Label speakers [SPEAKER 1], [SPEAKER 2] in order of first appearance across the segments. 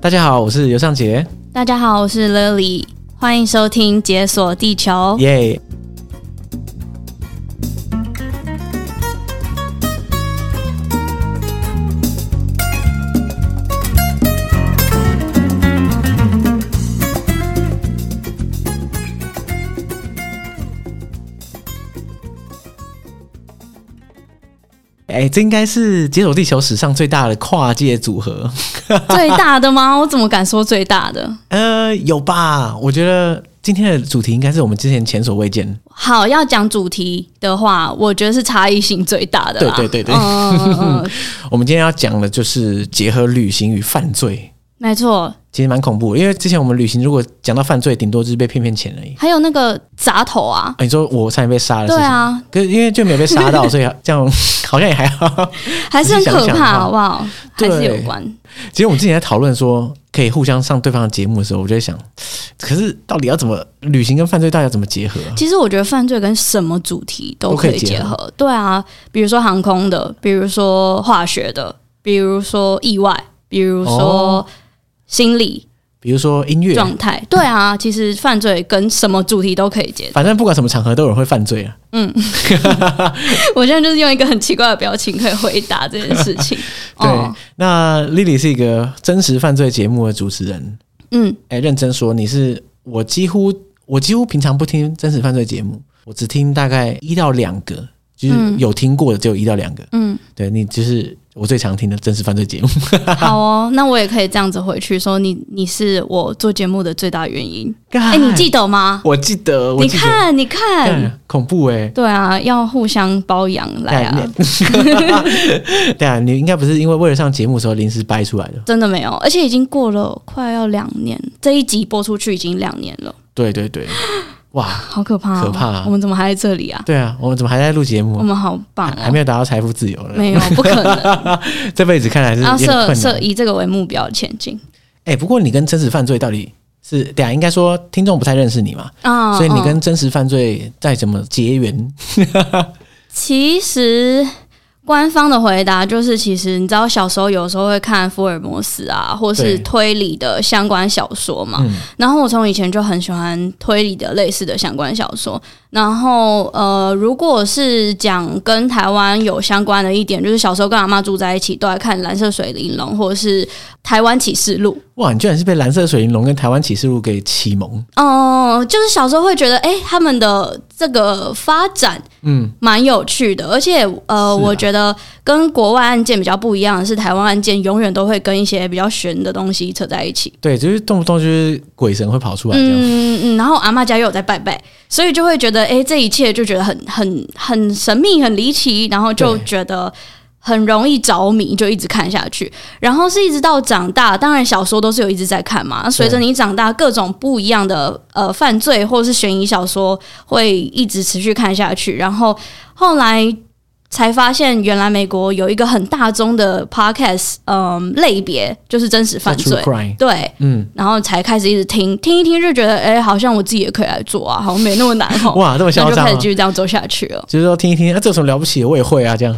[SPEAKER 1] 大家好，我是尤尚杰，
[SPEAKER 2] 大家好，我是 Lily，欢迎收听《解锁地球》
[SPEAKER 1] 耶、哎，这应该是解锁地球史上最大的跨界组合。
[SPEAKER 2] 最大的吗？我怎么敢说最大的？
[SPEAKER 1] 呃，有吧？我觉得今天的主题应该是我们之前前所未见。
[SPEAKER 2] 好，要讲主题的话，我觉得是差异性最大的啦。
[SPEAKER 1] 对对对对
[SPEAKER 2] 嗯嗯嗯 嗯，
[SPEAKER 1] 我们今天要讲的就是结合旅行与犯罪，
[SPEAKER 2] 没错。
[SPEAKER 1] 其实蛮恐怖的。因为之前我们旅行如果讲到犯罪，顶多就是被骗骗钱而已。
[SPEAKER 2] 还有那个砸头啊，
[SPEAKER 1] 啊你说我差点被杀了，
[SPEAKER 2] 对，啊，
[SPEAKER 1] 可是因为就没有被杀到，所以这样好像也 还好。
[SPEAKER 2] 还是很
[SPEAKER 1] 仔细
[SPEAKER 2] 可
[SPEAKER 1] 想想
[SPEAKER 2] 怕，
[SPEAKER 1] 哈
[SPEAKER 2] 好不好？还是有
[SPEAKER 1] 对
[SPEAKER 2] 关。
[SPEAKER 1] 其实我们之前在讨论说可以互相上对方的节目的时候，我就在想，可是到底要怎么旅行跟犯罪到底要怎么结合啊？
[SPEAKER 2] 其实我觉得犯罪跟什么主题都
[SPEAKER 1] 都可
[SPEAKER 2] 可
[SPEAKER 1] 以
[SPEAKER 2] 以
[SPEAKER 1] 结
[SPEAKER 2] 结合，对啊，比如说航空的，比如说化学的，比如说意外，比如说
[SPEAKER 1] 哦
[SPEAKER 2] 心理
[SPEAKER 1] 比如说音乐，
[SPEAKER 2] 状态，对啊，其实犯罪跟什么主题都可以 结。
[SPEAKER 1] 反正不管什么场合都有人会犯罪啊。
[SPEAKER 2] 我现在就是用一个很奇怪的表情可以回答这件事情。
[SPEAKER 1] 对，
[SPEAKER 2] 哦，
[SPEAKER 1] 那 Lily 是一个真实犯罪节目的主持人。
[SPEAKER 2] 嗯，
[SPEAKER 1] 哎，认真说，你是我几乎我几乎平常不听真实犯罪节目，我只听大概一到两个，就是
[SPEAKER 2] 嗯
[SPEAKER 1] 有听过的只有一到两个。
[SPEAKER 2] 嗯，
[SPEAKER 1] 对你就是我最常听的真实犯罪节目。
[SPEAKER 2] 好哦，那我也可以这样子回去说你，你是我做节目的最大原因。
[SPEAKER 1] 哎
[SPEAKER 2] 哎、你记得吗？
[SPEAKER 1] 我记得，我
[SPEAKER 2] 你
[SPEAKER 1] 记得
[SPEAKER 2] 看，你看，
[SPEAKER 1] 干恐怖哎、
[SPEAKER 2] 对啊，要互相包养来啊。
[SPEAKER 1] 你 对啊，你应该不是因为为了上节目的时候临时掰出来的。
[SPEAKER 2] 真的没有，而且已经过了快要两年，这一集播出去已经两年了，
[SPEAKER 1] 对对对，哇，
[SPEAKER 2] 好可怕、哦！
[SPEAKER 1] 可怕啊
[SPEAKER 2] 我们怎么还在这里啊？
[SPEAKER 1] 对啊，我们怎么还在录节目
[SPEAKER 2] 我
[SPEAKER 1] 啊？
[SPEAKER 2] 们好棒
[SPEAKER 1] 还
[SPEAKER 2] 哦！
[SPEAKER 1] 没有达到财富自由呢，
[SPEAKER 2] 没有，不可能。
[SPEAKER 1] 这辈子看来是
[SPEAKER 2] 要
[SPEAKER 1] 有点
[SPEAKER 2] 哦设
[SPEAKER 1] 困难
[SPEAKER 2] 设。以这个为目标前进
[SPEAKER 1] 哎、不过你跟真实犯罪到底是对啊？应该说听众不太认识你嘛，
[SPEAKER 2] 啊！
[SPEAKER 1] 所以你跟
[SPEAKER 2] 嗯
[SPEAKER 1] 真实犯罪再怎么结缘，
[SPEAKER 2] 其实官方的回答就是，其实你知道小时候有时候会看福尔摩斯啊，或
[SPEAKER 1] 对
[SPEAKER 2] 是推理的相关小说嘛。
[SPEAKER 1] 嗯，
[SPEAKER 2] 然后我从以前就很喜欢推理的类似的相关小说。然后呃，如果是讲跟台湾有相关的一点，就是小时候跟阿妈住在一起，都爱看《蓝色水玲珑》或者是《台湾启示录》。
[SPEAKER 1] 哇，你居然是被蓝色水玲珑跟台湾启示录给启蒙，
[SPEAKER 2] 哦、就是小时候会觉得，哎、他们的这个发展
[SPEAKER 1] 嗯，
[SPEAKER 2] 蛮有趣的，而且呃，
[SPEAKER 1] 是啊
[SPEAKER 2] 我觉得跟国外案件比较不一样的是，台湾案件永远都会跟一些比较悬的东西扯在一起。
[SPEAKER 1] 对，就是动不动就是鬼神会跑出来这样。
[SPEAKER 2] 嗯嗯，然后阿妈家又有在拜拜，所以就会觉得，哎、这一切就觉得很很很神秘、很离奇，然后就
[SPEAKER 1] 对
[SPEAKER 2] 觉得很容易着迷，就一直看下去。然后是一直到长大，当然小说都是有一直在看嘛。随着你长大，各种不一样的呃犯罪或是悬疑小说会一直持续看下去，然后后来。才发现，原来美国有一个很大宗的 podcast，嗯，类别就是真实
[SPEAKER 1] 叫
[SPEAKER 2] 犯
[SPEAKER 1] True
[SPEAKER 2] 罪，
[SPEAKER 1] Crime，
[SPEAKER 2] 对，
[SPEAKER 1] 嗯，
[SPEAKER 2] 然后才开始一直听，听一听就觉得，哎、好像我自己也可以来做啊，好像没那么难 哦。
[SPEAKER 1] 哇，这么
[SPEAKER 2] 那
[SPEAKER 1] 嚣
[SPEAKER 2] 就
[SPEAKER 1] 张、
[SPEAKER 2] 开始
[SPEAKER 1] 啊
[SPEAKER 2] 继，续这样走下去了。
[SPEAKER 1] 就是说听一听，啊，这有什么了不起的？我也会啊，这样。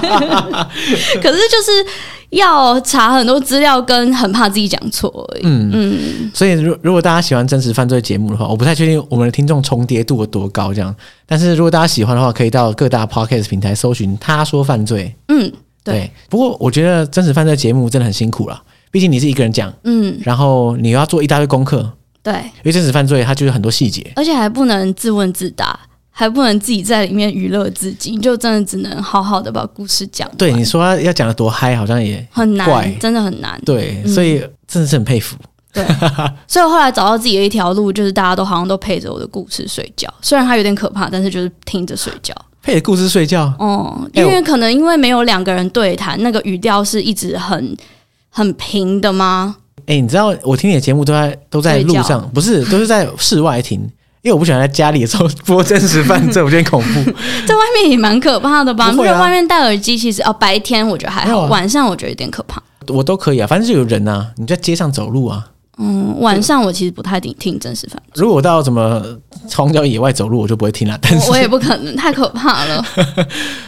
[SPEAKER 2] 可是就是要查很多资料，跟很怕自己讲错而已。
[SPEAKER 1] 嗯
[SPEAKER 2] 嗯，
[SPEAKER 1] 所以如如果大家喜欢真实犯罪节目的话，我不太确定我们的听众重叠度有多高，这样。但是如果大家喜欢的话，可以到各大 podcast 平台搜寻“他说犯罪”
[SPEAKER 2] 嗯对
[SPEAKER 1] 不过我觉得真实犯罪节目真的很辛苦啦，毕竟你是一个人讲，
[SPEAKER 2] 嗯，
[SPEAKER 1] 然后你又要做一大堆功课，
[SPEAKER 2] 对，
[SPEAKER 1] 因为真实犯罪它就是很多细节。
[SPEAKER 2] 而且还不能自问自答，还不能自己在里面娱乐自己，你就真的只能好好的把故事讲完。
[SPEAKER 1] 对，你说要讲的多嗨，好像也
[SPEAKER 2] 很
[SPEAKER 1] 怪
[SPEAKER 2] 难，真的很难。
[SPEAKER 1] 对，
[SPEAKER 2] 嗯
[SPEAKER 1] 所以真的是很佩服。
[SPEAKER 2] 对，所以我后来找到自己的一条路，就是大家都好像都陪着我的故事睡觉，虽然它有点可怕，但是就是听着睡觉。
[SPEAKER 1] 配着故事睡觉，
[SPEAKER 2] 哦，
[SPEAKER 1] 哎
[SPEAKER 2] 因
[SPEAKER 1] 我
[SPEAKER 2] 为可能因为没有两个人对谈，那个语调是一直很很平的吗？
[SPEAKER 1] 哎、你知道我听你的节目都在都在路
[SPEAKER 2] 睡
[SPEAKER 1] 上，不是都是在室外听，因为我不喜欢在家里的时候播真实犯罪，我觉得很恐 怖。
[SPEAKER 2] 在外面也蛮可怕的吧？
[SPEAKER 1] 不
[SPEAKER 2] 因
[SPEAKER 1] 会
[SPEAKER 2] 为
[SPEAKER 1] 啊
[SPEAKER 2] 外面戴耳机，其实哦，白天我觉得还
[SPEAKER 1] 没有
[SPEAKER 2] 好，
[SPEAKER 1] 啊
[SPEAKER 2] 晚上我觉得有点可怕。
[SPEAKER 1] 我都可以啊，反正就有人啊，你在街上走路啊，
[SPEAKER 2] 嗯，晚上我其实不太听听真实犯
[SPEAKER 1] 如果我到什么荒郊野外走路，我就不会听了。但
[SPEAKER 2] 罪，
[SPEAKER 1] 是
[SPEAKER 2] 我我也不可能，太可怕 了。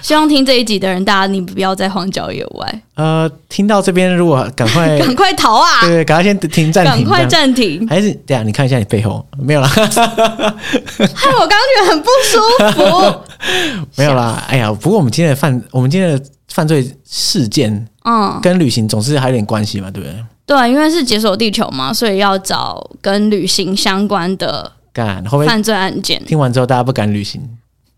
[SPEAKER 2] 希望听这一集的人，大家你不要在荒郊野外，
[SPEAKER 1] 呃，听到这边如果赶快，
[SPEAKER 2] 赶
[SPEAKER 1] 对
[SPEAKER 2] 快逃 啊！
[SPEAKER 1] 哎对，赶快先停暂
[SPEAKER 2] 赶
[SPEAKER 1] 停，
[SPEAKER 2] 快
[SPEAKER 1] 这样
[SPEAKER 2] 暂停！
[SPEAKER 1] 还是等一下你看一下你背后 没有啦，
[SPEAKER 2] 害我刚刚觉得很不 舒服。
[SPEAKER 1] 没有啦。哎呀，不过我们今天的犯，我们今天的犯罪事件
[SPEAKER 2] 嗯，
[SPEAKER 1] 跟旅行总是还有点关系嘛，对不对？
[SPEAKER 2] 对，因为是解锁地球嘛，所以要找跟旅行相关的
[SPEAKER 1] 干，会不会
[SPEAKER 2] 犯罪案件。
[SPEAKER 1] 听完之后大家不敢旅行？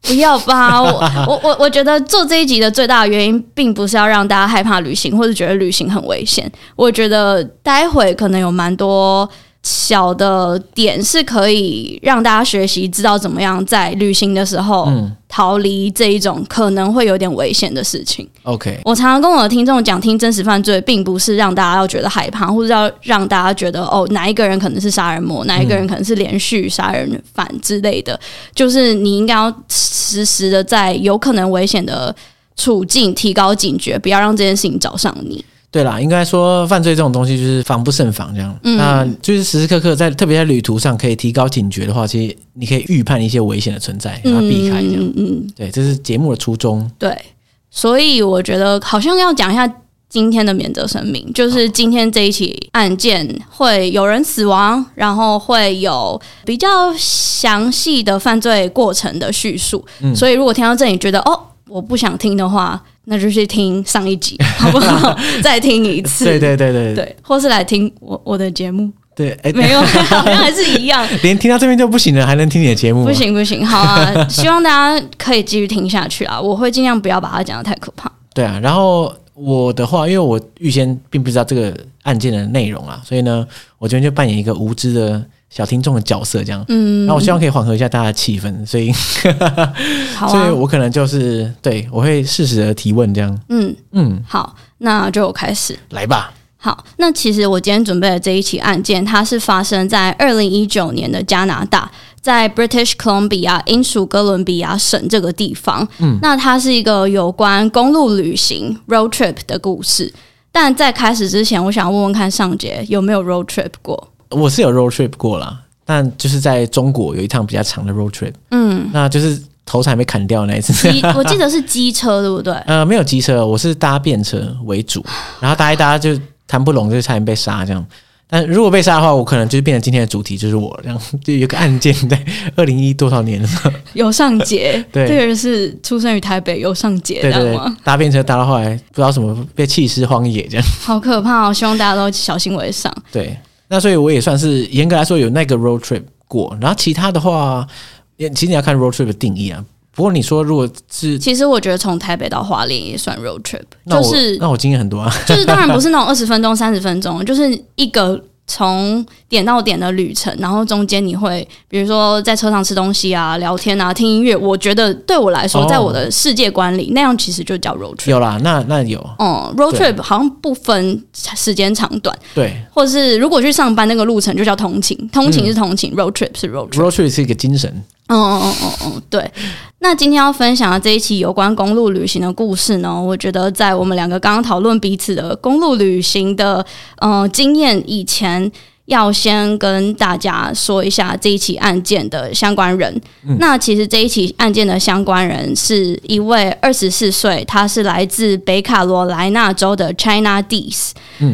[SPEAKER 2] 不要 吧，我我我我觉得做这一集的最大的原因，并不是要让大家害怕旅行，或者觉得旅行很危险。我觉得待会可能有蛮多小的点是可以让大家学习，知道怎么样在旅行的时候
[SPEAKER 1] 嗯
[SPEAKER 2] 逃离这一种可能会有点危险的事情。
[SPEAKER 1] ，OK，
[SPEAKER 2] 我常常跟我的听众讲，听真实犯罪，并不是让大家要觉得害怕，或者要让大家觉得哦，哪一个人可能是杀人魔，
[SPEAKER 1] 嗯
[SPEAKER 2] 哪一个人可能是连续杀人犯之类的。就是你应该要时时的在有可能危险的处境提高警觉，不要让这件事情找上你。
[SPEAKER 1] 对啦，应该说犯罪这种东西就是防不胜防，这样。
[SPEAKER 2] 嗯
[SPEAKER 1] 那就是时时刻刻在，特别在旅途上可以提高警觉的话，其实你可以预判一些危险的存在，然后避开这样。
[SPEAKER 2] 嗯嗯嗯，
[SPEAKER 1] 对，这是节目的初衷。
[SPEAKER 2] 对。所以我觉得好像要讲一下今天的免责声明，就是今天这一起案件会有人死亡，然后会有比较详细的犯罪过程的叙述。
[SPEAKER 1] 嗯
[SPEAKER 2] 所以如果听到这里觉得哦我不想听的话，那就去听上一 集，好不好？再听一次。
[SPEAKER 1] 对对对对
[SPEAKER 2] 对，或是来听我我的节目，
[SPEAKER 1] 对，哎、
[SPEAKER 2] 没有，好像还是一样。
[SPEAKER 1] 连听到这边就不行了，还能听你的节目吗？
[SPEAKER 2] 不行不行，好啊！希望大家可以继续听下去啊！我会尽量不要把它讲的太可怕。
[SPEAKER 1] 对啊，然后我的话，因为我预先并不知道这个案件的内容啊，所以呢，我今天就扮演一个无知的小听众的角色，这样。
[SPEAKER 2] 嗯
[SPEAKER 1] 然，后我希望可以缓和一下大家的气氛，所以，
[SPEAKER 2] 好 啊，
[SPEAKER 1] 所以我可能就是对我会适时的提问，这样。
[SPEAKER 2] 嗯，
[SPEAKER 1] 嗯，
[SPEAKER 2] 好，那就开始。
[SPEAKER 1] 来吧。
[SPEAKER 2] 好，那其实我今天准备的这一起案件，它是发生在二零一九年的加拿大，在 British Columbia 英属哥伦比亚省这个地方。嗯，那它是一个有关公路旅行 road trip 的故事。但在开始之前，我想问问看上杰有没有 road trip 过？
[SPEAKER 1] 我是有 road trip 过啦，但就是在中国有一趟比较长的 road trip，
[SPEAKER 2] 嗯，
[SPEAKER 1] 那就是头才没砍掉那一次。
[SPEAKER 2] 机我记得是机车，对不对？
[SPEAKER 1] 呃，没有机车，我是搭便车为主，然后搭一搭就谈不拢，就差点被杀这样。但如果被杀的话，我可能就是变成今天的主题，就是我这样， 就有个案件在 二零一多少年了，
[SPEAKER 2] 有上杰，
[SPEAKER 1] 对
[SPEAKER 2] 这个人是出生于台北，有上杰，
[SPEAKER 1] 对
[SPEAKER 2] 知道
[SPEAKER 1] 对
[SPEAKER 2] 吗
[SPEAKER 1] 对？，搭便车搭到后来不知道什么被弃尸荒野这样，
[SPEAKER 2] 好可怕哦！希望大家都小心为上。
[SPEAKER 1] 对。那所以我也算是严格来说有那个 road trip 过，然后其他的话，也其实你要看 road trip 的定义啊。不过你说如果是
[SPEAKER 2] 其实我觉得从台北到花莲也算 road trip，
[SPEAKER 1] 那
[SPEAKER 2] 就
[SPEAKER 1] 我
[SPEAKER 2] 是
[SPEAKER 1] 那我经验很多啊，
[SPEAKER 2] 就是当然不是那种二十分钟、三十分钟，就是一个从点到点的旅程，然后中间你会比如说在车上吃东西啊、聊天啊、听音乐。我觉得对我来说，
[SPEAKER 1] 哦
[SPEAKER 2] 在我的世界观里，那样其实就叫 road trip。
[SPEAKER 1] 有啦，那那有
[SPEAKER 2] 嗯，road
[SPEAKER 1] 对
[SPEAKER 2] trip 好像不分时间长短，
[SPEAKER 1] 对
[SPEAKER 2] 或是如果去上班那个路程就叫通勤，通
[SPEAKER 1] 嗯
[SPEAKER 2] 勤是通勤、r o a d trip 是 road trip。
[SPEAKER 1] road trip 是一个精神，
[SPEAKER 2] 嗯嗯嗯嗯嗯，对。那今天要分享的这一期有关公路旅行的故事呢，我觉得在我们两个刚刚讨论彼此的公路旅行的呃经验以前，要先跟大家说一下这一起案件的相关人。那其实这一起案件的相关人是一位二十四岁，他是来自北卡罗来纳州的 China Dees。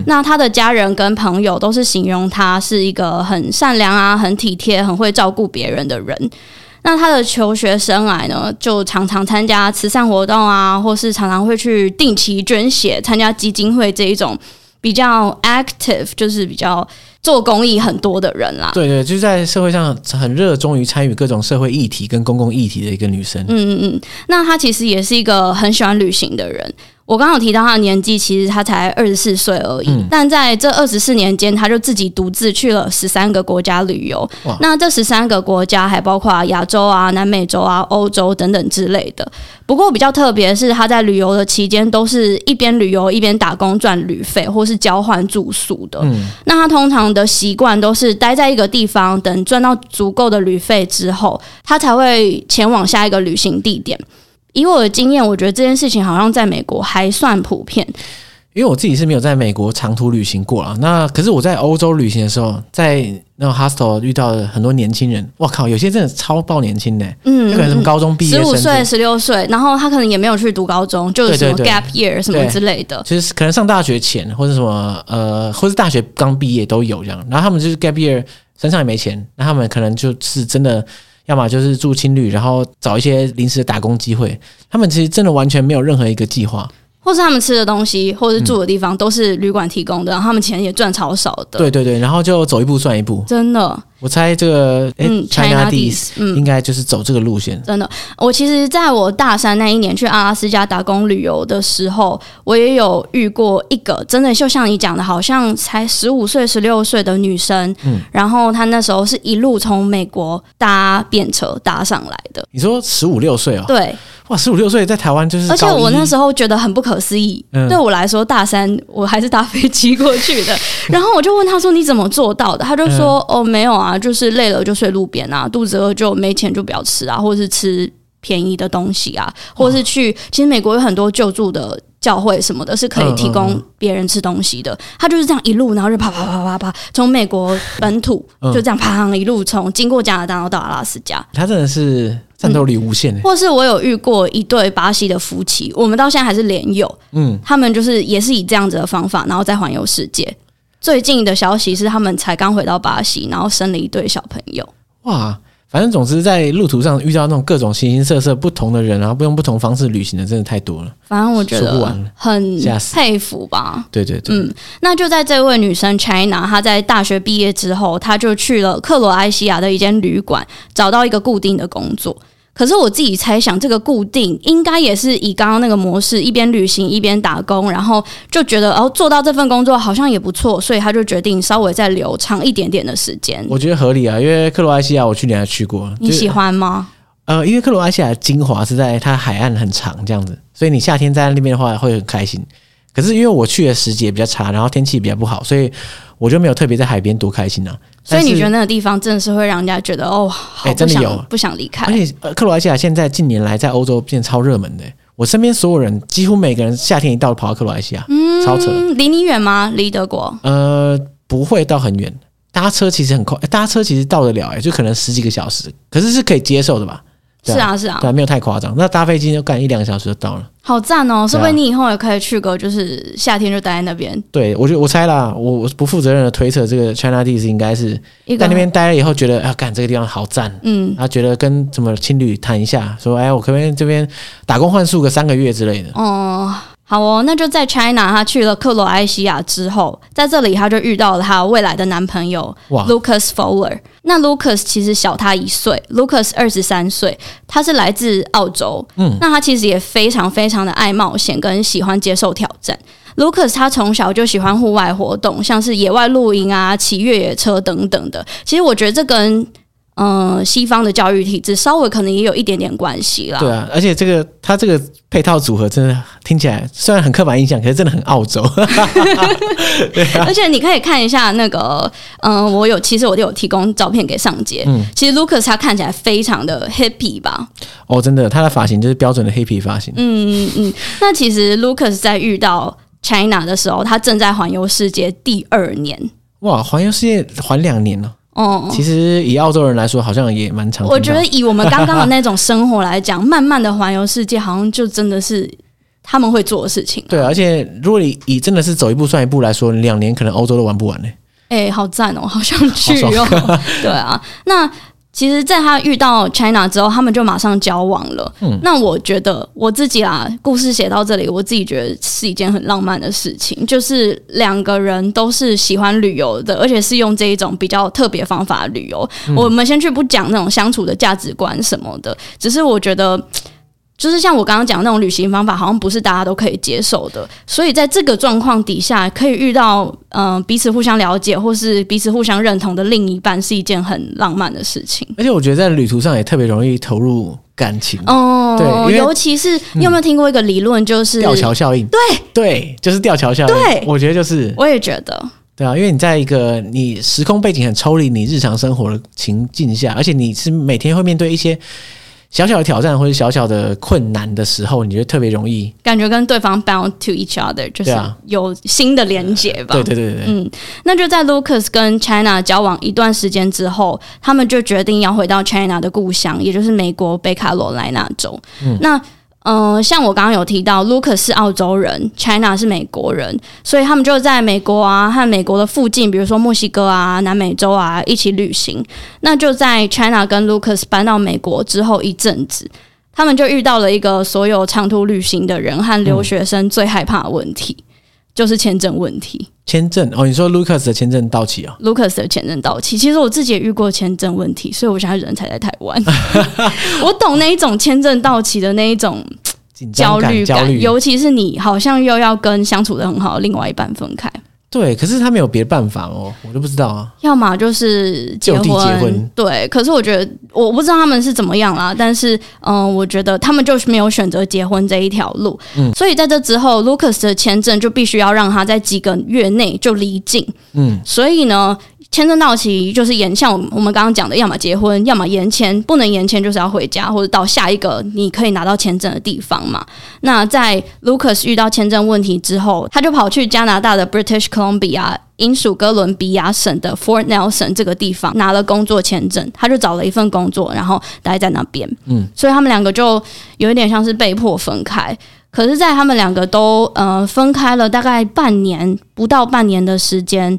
[SPEAKER 2] 那他的家人跟朋友都是形容他是一个很善良啊、很体贴、很会照顾别人的人。那他的求学生涯呢，就常常参加慈善活动啊，或是常常会去定期捐血、参加基金会这一种比较 active，就是比较做公益很多的人啦。
[SPEAKER 1] 对对，就是在社会上很热衷于参与各种社会议题跟公共议题的一个女生。
[SPEAKER 2] 嗯嗯嗯，那他其实也是一个很喜欢旅行的人。我刚刚有提到他的年纪，其实他才二十四岁而已，但在这二十四年间，他就自己独自去了十三个国家旅游
[SPEAKER 1] 哇。
[SPEAKER 2] 那这十三个国家还包括亚洲啊、南美洲啊、欧洲等等之类的。不过比较特别的是，他在旅游的期间都是一边旅游一边打工赚旅费，或是交换住宿的。那他通常的习惯都是待在一个地方，等赚到足够的旅费之后，他才会前往下一个旅行地点。以我的经验，我觉得这件事情好像在美国还算普遍。
[SPEAKER 1] 因为我自己是没有在美国长途旅行过啊。那可是我在欧洲旅行的时候，在那种 hostel 遇到了很多年轻人，我靠，有些真的超爆年轻的、
[SPEAKER 2] 嗯
[SPEAKER 1] 有可能什么高中毕业
[SPEAKER 2] 十
[SPEAKER 1] 生之
[SPEAKER 2] 五
[SPEAKER 1] 类
[SPEAKER 2] 岁、
[SPEAKER 1] 的，
[SPEAKER 2] 十六岁，然后他可能也没有去读高中，就是什么
[SPEAKER 1] 对对对
[SPEAKER 2] gap year 什么之类的。
[SPEAKER 1] 就是可能上大学前或者什么呃，或是大学刚毕业都有这样。然后他们就是 gap year，身上也没钱，那他们可能就是真的。要么就是住青旅，然后找一些临时的打工机会。他们其实真的完全没有任何一个计划，
[SPEAKER 2] 或是他们吃的东西，或是住的地方都是旅馆提供的，然后他们钱也赚超少
[SPEAKER 1] 嗯
[SPEAKER 2] 的。，
[SPEAKER 1] 对对对，然后就走一步算一步。
[SPEAKER 2] 真的，
[SPEAKER 1] 我猜这个诶
[SPEAKER 2] 嗯
[SPEAKER 1] c h i n a
[SPEAKER 2] ，China
[SPEAKER 1] d i
[SPEAKER 2] Dis，
[SPEAKER 1] s
[SPEAKER 2] 嗯，
[SPEAKER 1] 应该就是走这个路线。
[SPEAKER 2] 真的。我其实在我大三那一年去阿拉斯加打工旅游的时候，我也有遇过一个真的就像你讲的，好像才十五岁、十六岁的女生，然后她那时候是一路从美国搭便车搭上来的，
[SPEAKER 1] 你说十五六岁哦，
[SPEAKER 2] 对。
[SPEAKER 1] 哇，十五六岁在台湾就是
[SPEAKER 2] 而且我那
[SPEAKER 1] 候
[SPEAKER 2] 时候觉得很不可思议，
[SPEAKER 1] 嗯
[SPEAKER 2] 对我来说，大三我还是搭飞机过去的。然后我就问他说：“你怎么做到的？”他就说：“
[SPEAKER 1] 嗯
[SPEAKER 2] 哦，没有啊，就是累了就睡路边啊，肚子饿就没钱就不要吃啊，或者是吃便宜的东西啊，或者是去……其实美国有很多救助的。”教会什么的是可以
[SPEAKER 1] 嗯
[SPEAKER 2] 提
[SPEAKER 1] 嗯
[SPEAKER 2] 供
[SPEAKER 1] 嗯
[SPEAKER 2] 别人吃东西的，他就是这样一路，然后就啪啪啪啪啪，从美国本土
[SPEAKER 1] 嗯
[SPEAKER 2] 就这样啪一路从经过加拿大然后到阿拉斯加，
[SPEAKER 1] 他真的是战斗力无限诶、
[SPEAKER 2] 或是我有遇过一对巴西的夫妻，我们到现在还是连友，
[SPEAKER 1] 嗯，
[SPEAKER 2] 他们就是也是以这样子的方法，然后再环游世界。最近的消息是，他们才刚回到巴西，然后生了一对小朋友。
[SPEAKER 1] 哇，反正总之在路途上遇到那种各种形形色色不同的人，然后不用不同方式旅行的，真的太多了。
[SPEAKER 2] 反正我觉
[SPEAKER 1] 说不
[SPEAKER 2] 得
[SPEAKER 1] 完了
[SPEAKER 2] 很
[SPEAKER 1] 吓死
[SPEAKER 2] 佩服吧。
[SPEAKER 1] 对对对，
[SPEAKER 2] 嗯，那就在这位女生 China，她在大学毕业之后，她就去了克罗埃西亚的一间旅馆，找到一个固定的工作。可是我自己猜想，这个固定应该也是以刚刚那个模式，一边旅行一边打工，然后就觉得哦，做到这份工作好像也不错，所以她就决定稍微再留长一点点的时间。
[SPEAKER 1] 我觉得合理啊，因为克罗埃西亚我去年还去过，
[SPEAKER 2] 你
[SPEAKER 1] 就是
[SPEAKER 2] 喜欢吗？
[SPEAKER 1] 呃，因为克罗埃西亚的精华是在它海岸很长这样子，所以你夏天在那边的话会很开心。可是因为我去的时节比较差，然后天气比较不好，所以我就没有特别在海边多开心啊。
[SPEAKER 2] 所以你
[SPEAKER 1] 但是
[SPEAKER 2] 觉得那个地方真的是会让人家觉得哦，好
[SPEAKER 1] 哎
[SPEAKER 2] 不
[SPEAKER 1] 真的
[SPEAKER 2] 想、
[SPEAKER 1] 有
[SPEAKER 2] 不想离
[SPEAKER 1] 而
[SPEAKER 2] 开。
[SPEAKER 1] 且呃克罗埃西亚现在近年来在欧洲变超热门的欸、我身边所有人几乎每个人夏天一到跑到克罗埃西亚，超扯。
[SPEAKER 2] 嗯，离你远吗？离德国？
[SPEAKER 1] 呃，不会到很远，搭车其实很快，欸搭车其实到得了、欸，就可能十几个小时，可是是可以接受的吧？对
[SPEAKER 2] 是啊，是啊，
[SPEAKER 1] 对、没有太夸张。那搭飞机就干一两个小时就到了。
[SPEAKER 2] 好赞哦！说不
[SPEAKER 1] 对啊
[SPEAKER 2] 定你以后也可以去个，就是夏天就待在那边，
[SPEAKER 1] 对，我觉得我猜啦，我我不负责任的推测，这个 China D 是应该是
[SPEAKER 2] 一个
[SPEAKER 1] 在那边待了以后，觉得啊，干这个地方好赞，
[SPEAKER 2] 嗯。
[SPEAKER 1] 然后觉得跟什么情侣谈一下，说哎，我可不可以这边打工换宿个三个月之类的。
[SPEAKER 2] 哦、好哦，那就在 China，她去了克罗埃西亚之后，在这里她就遇到了她未来的男朋友
[SPEAKER 1] 哇，
[SPEAKER 2] Lucas Fowler。那 Lucas 其实小她一岁，Lucas 二十三岁，他是来自澳洲。嗯，那他其实也非常非常的爱冒险，跟喜欢接受挑战。Lucas 他从小就喜欢户外活动，像是野外露营啊、骑越野车等等的。其实我觉得这跟嗯、呃西方的教育体制稍微可能也有一点点关系啦。
[SPEAKER 1] 对啊，而且这个他这个配套组合真的听起来虽然很刻板印象，可是真的很澳洲。
[SPEAKER 2] 而且你可以看一下那个，嗯、我有其实我有提供照片给上街。其实 Lucas 他看起来非常的 happy 吧，
[SPEAKER 1] 哦，真的，他的发型就是标准的黑皮发型。
[SPEAKER 2] 嗯嗯嗯。那其实 Lucas 在遇到 China 的时候，他正在环游世界第二年。
[SPEAKER 1] 哇，环游世界环两年了、
[SPEAKER 2] 哦、
[SPEAKER 1] 其实以澳洲人来说，好像也蛮长。
[SPEAKER 2] 我觉得以我们刚刚的那种生活来讲，慢慢的环游世界，好像就真的是他们会做的事情。
[SPEAKER 1] 对啊，而且如果你以真的是走一步算一步来说，两年可能欧洲都玩不完呢、
[SPEAKER 2] 哎、好赞哦，好想去哦。 对啊，那其实，在他遇到 China 之后，他们就马上交往了。那我觉得我自己啦，故事写到这里，我自己觉得是一件很浪漫的事情，就是两个人都是喜欢旅游的，而且是用这一种比较特别方法旅游。我们先去不讲那种相处的价值观什么的，只是我觉得。就是像我刚刚讲的那种旅行方法，好像不是大家都可以接受的。所以在这个状况底下，可以遇到嗯、呃彼此互相了解或是彼此互相认同的另一半，是一件很浪漫的事情。
[SPEAKER 1] 而且我觉得在旅途上也特别容易投入感情，嗯对
[SPEAKER 2] 哦，
[SPEAKER 1] 因为
[SPEAKER 2] 尤其是你有没有听过一个理论，就是
[SPEAKER 1] 吊桥效应。对对，就是吊桥效应。
[SPEAKER 2] 对
[SPEAKER 1] 我觉得就是
[SPEAKER 2] 我也觉得，
[SPEAKER 1] 对啊，因为你在一个你时空背景很抽离你日常生活的情境下，而且你是每天会面对一些小小的挑战或者小小的困难的时候，你就特别容易。
[SPEAKER 2] 感觉跟对方 bound to each other，
[SPEAKER 1] 对
[SPEAKER 2] 就是
[SPEAKER 1] 啊
[SPEAKER 2] 有新的连接吧。
[SPEAKER 1] 对对对对对，
[SPEAKER 2] 嗯，那就在 Lucas 跟 China 交往一段时间之后，他们就决定要回到 China 的故乡，也就是美国北卡罗来纳州。
[SPEAKER 1] 嗯
[SPEAKER 2] 那呃，像我刚刚有提到，Lucas 是澳洲人，China 是美国人，所以他们就在美国啊和美国的附近，比如说墨西哥啊、南美洲啊一起旅行。那就在 China 跟 Lucas 搬到美国之后一阵子。他们就遇到了一个所有长途旅行的人和留学生最害怕的问题，就是签证问题。
[SPEAKER 1] 签证哦，你说 Lucas 的签证到期哦，
[SPEAKER 2] Lucas 的签证到期，其实我自己也遇过签证问题，所以我现在人才在台 湾。我懂那一种签证到期的那一种
[SPEAKER 1] 紧张
[SPEAKER 2] 焦
[SPEAKER 1] 感、
[SPEAKER 2] 虑
[SPEAKER 1] 焦虑，
[SPEAKER 2] 尤其是你好像又要跟相处的很好的另外一半分开，
[SPEAKER 1] 对，可是他没有别的办法哦，我就不知道啊。
[SPEAKER 2] 要么就是结
[SPEAKER 1] 就
[SPEAKER 2] 婚，
[SPEAKER 1] 地结婚
[SPEAKER 2] 对。可是我觉得我不知道他们是怎么样啦，但是嗯、我觉得他们就是没有选择结婚这一条路，
[SPEAKER 1] 嗯
[SPEAKER 2] 所以在这之后，Lucas 的签证就必须要让他在几个月内就离境。
[SPEAKER 1] 嗯，
[SPEAKER 2] 所以呢，签证到期就是延，像我们我们刚刚讲的，要么结婚，要么延签，不能延签就是要回家或者到下一个你可以拿到签证的地方嘛。那在 Lucas 遇到签证问题之后，他就跑去加拿大的 British Columbia。英属哥伦比亚省的 Fort Nelson 这个地方拿了工作签证，他就找了一份工作，然后待在那边。
[SPEAKER 1] 嗯，
[SPEAKER 2] 所以他们两个就有一点像是被迫分开。可是，在他们两个都呃分开了大概半年，不到半年的时间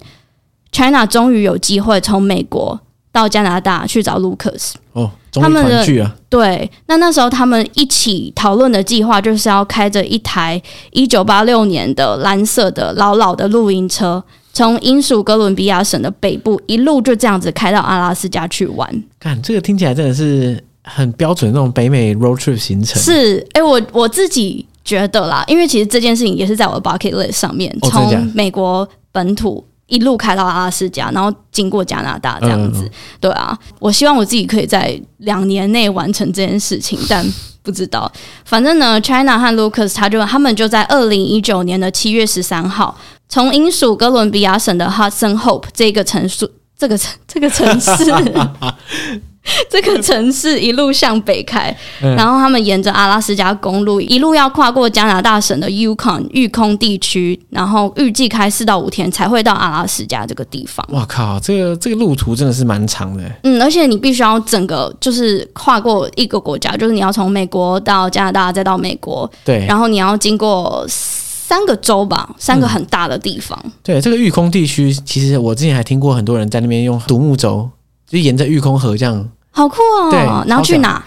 [SPEAKER 2] ，China 终于有机会从美国到加拿大去找 Lucas。
[SPEAKER 1] 哦，终
[SPEAKER 2] 他
[SPEAKER 1] 于
[SPEAKER 2] 们的
[SPEAKER 1] 团聚了，
[SPEAKER 2] 对，那那时候他们一起讨论的计划就是要开着一台一九八六年的蓝色的老老的露营车，从英属哥伦比亚省的北部一路就这样子开到阿拉斯加去玩。
[SPEAKER 1] 看这个听起来真的是很标准那种北美 road trip 行程，
[SPEAKER 2] 是，哎、我我自己觉得啦，因为其实这件事情也是在我的 bucket list 上面，
[SPEAKER 1] 哦真的假的
[SPEAKER 2] 从美国本土一路开到阿拉斯加，然后经过加拿大这样子。
[SPEAKER 1] 嗯
[SPEAKER 2] 对啊，我希望我自己可以在两年内完成这件事情，但。 不知道，反正呢，China 和 Lucas 他就他们就在二零一九年的七月十三号，从英属哥伦比亚省的 Hudson Hope 这个城市，这个城 这个城市，这个城市一路向北开，
[SPEAKER 1] 嗯
[SPEAKER 2] 然后他们沿着阿拉斯加公路一路要跨过加拿大省的 Yukon 育空地区，然后预计开四到五天才会到阿拉斯加这个地方。
[SPEAKER 1] 哇靠，这个这个路途真的是蛮长的，
[SPEAKER 2] 嗯，而且你必须要整个就是跨过一个国家，就是你要从美国到加拿大，再到美国，
[SPEAKER 1] 对
[SPEAKER 2] 然后你要经过三个州吧，三
[SPEAKER 1] 嗯
[SPEAKER 2] 个很大的地方。
[SPEAKER 1] 对，这个育空地区，其实我之前还听过很多人在那边用独木舟，就沿着育空河这样。
[SPEAKER 2] 好酷
[SPEAKER 1] 对
[SPEAKER 2] 哦！然后去
[SPEAKER 1] 好
[SPEAKER 2] 哪？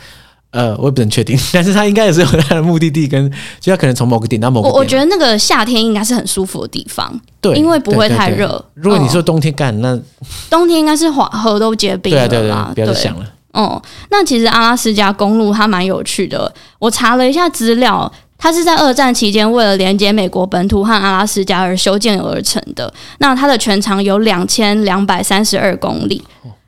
[SPEAKER 1] 呃，我也不能确定， 但是他应该也是有他的目的地跟，就他可能从某个点到某个
[SPEAKER 2] 我
[SPEAKER 1] 点。
[SPEAKER 2] 我觉得那个夏天应该是很舒服的地方，
[SPEAKER 1] 对，
[SPEAKER 2] 因为不会太
[SPEAKER 1] 对。对对
[SPEAKER 2] 热。
[SPEAKER 1] 如果你说
[SPEAKER 2] 嗯
[SPEAKER 1] 冬天干，那
[SPEAKER 2] 冬天，应该是黄河都结冰
[SPEAKER 1] 对
[SPEAKER 2] 了
[SPEAKER 1] 啊，对啊对
[SPEAKER 2] 啦
[SPEAKER 1] 啊，不要再想了。
[SPEAKER 2] 哦、那其实阿拉斯加公路它蛮有趣的，我查了一下资料。它是在二战期间为了连接美国本土和阿拉斯加而修建而成的。那它的全长有两千两百三十二公里，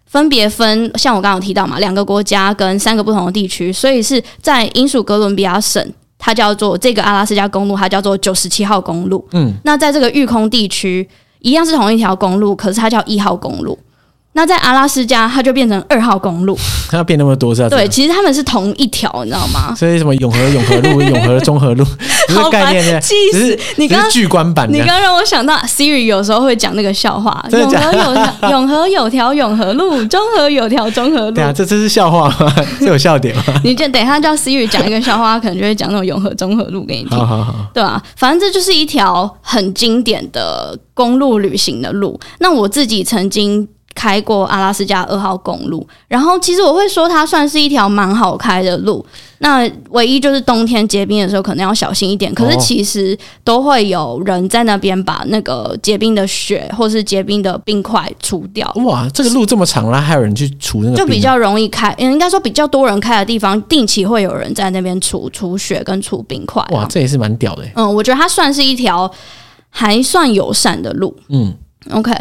[SPEAKER 2] 分别分像我刚刚有提到嘛，两个国家跟三个不同的地区，所以是在英属哥伦比亚省，它叫做这个阿拉斯加公路，它叫做九十七号公路。
[SPEAKER 1] 嗯，
[SPEAKER 2] 那在这个育空地区，一样是同一条公路，可是它叫一号公路。那在阿拉斯加，它就变成二号公路。
[SPEAKER 1] 他要变那么多啊是要怎
[SPEAKER 2] 对，
[SPEAKER 1] 样？
[SPEAKER 2] 其实他们是同一条，你知道吗？
[SPEAKER 1] 所以什么永和永和 路、永和中和路，只是
[SPEAKER 2] 好
[SPEAKER 1] 概
[SPEAKER 2] 烦
[SPEAKER 1] 念，
[SPEAKER 2] 气
[SPEAKER 1] 只是
[SPEAKER 2] 死！你
[SPEAKER 1] 只
[SPEAKER 2] 刚
[SPEAKER 1] 是巨观版
[SPEAKER 2] 你
[SPEAKER 1] 的。
[SPEAKER 2] 刚让我想到 Siri 有时候会讲那个笑话，
[SPEAKER 1] 真的
[SPEAKER 2] 永
[SPEAKER 1] 假
[SPEAKER 2] 和有条永 和有条永和路，中和有条中和路
[SPEAKER 1] 对。啊，啊这这是笑话吗？ 这有笑点吗？
[SPEAKER 2] 你就等一下叫 Siri 讲一个笑话，他可能就会讲那种永和中和路给你听
[SPEAKER 1] 好。好好，
[SPEAKER 2] 对啊，反正这就是一条很经典的公路旅行的路。那我自己曾经开过阿拉斯加二号公路，然后其实我会说它算是一条蛮好开的路。那唯一就是冬天结冰的时候可能要小心一点，可是
[SPEAKER 1] 哦
[SPEAKER 2] 其实都会有人在那边把那个结冰的雪或是结冰的冰块除掉。
[SPEAKER 1] 哇，这个路这么长，然后还有人去哦除那个
[SPEAKER 2] 就比
[SPEAKER 1] 冰
[SPEAKER 2] 较容易开，嗯应该说比较多人开的地方，定期会有人在那边除除雪跟除冰块啊。
[SPEAKER 1] 哇，这也是蛮屌的欸。
[SPEAKER 2] 嗯，我觉得它算是一条还算友善的路。
[SPEAKER 1] 嗯，
[SPEAKER 2] OK，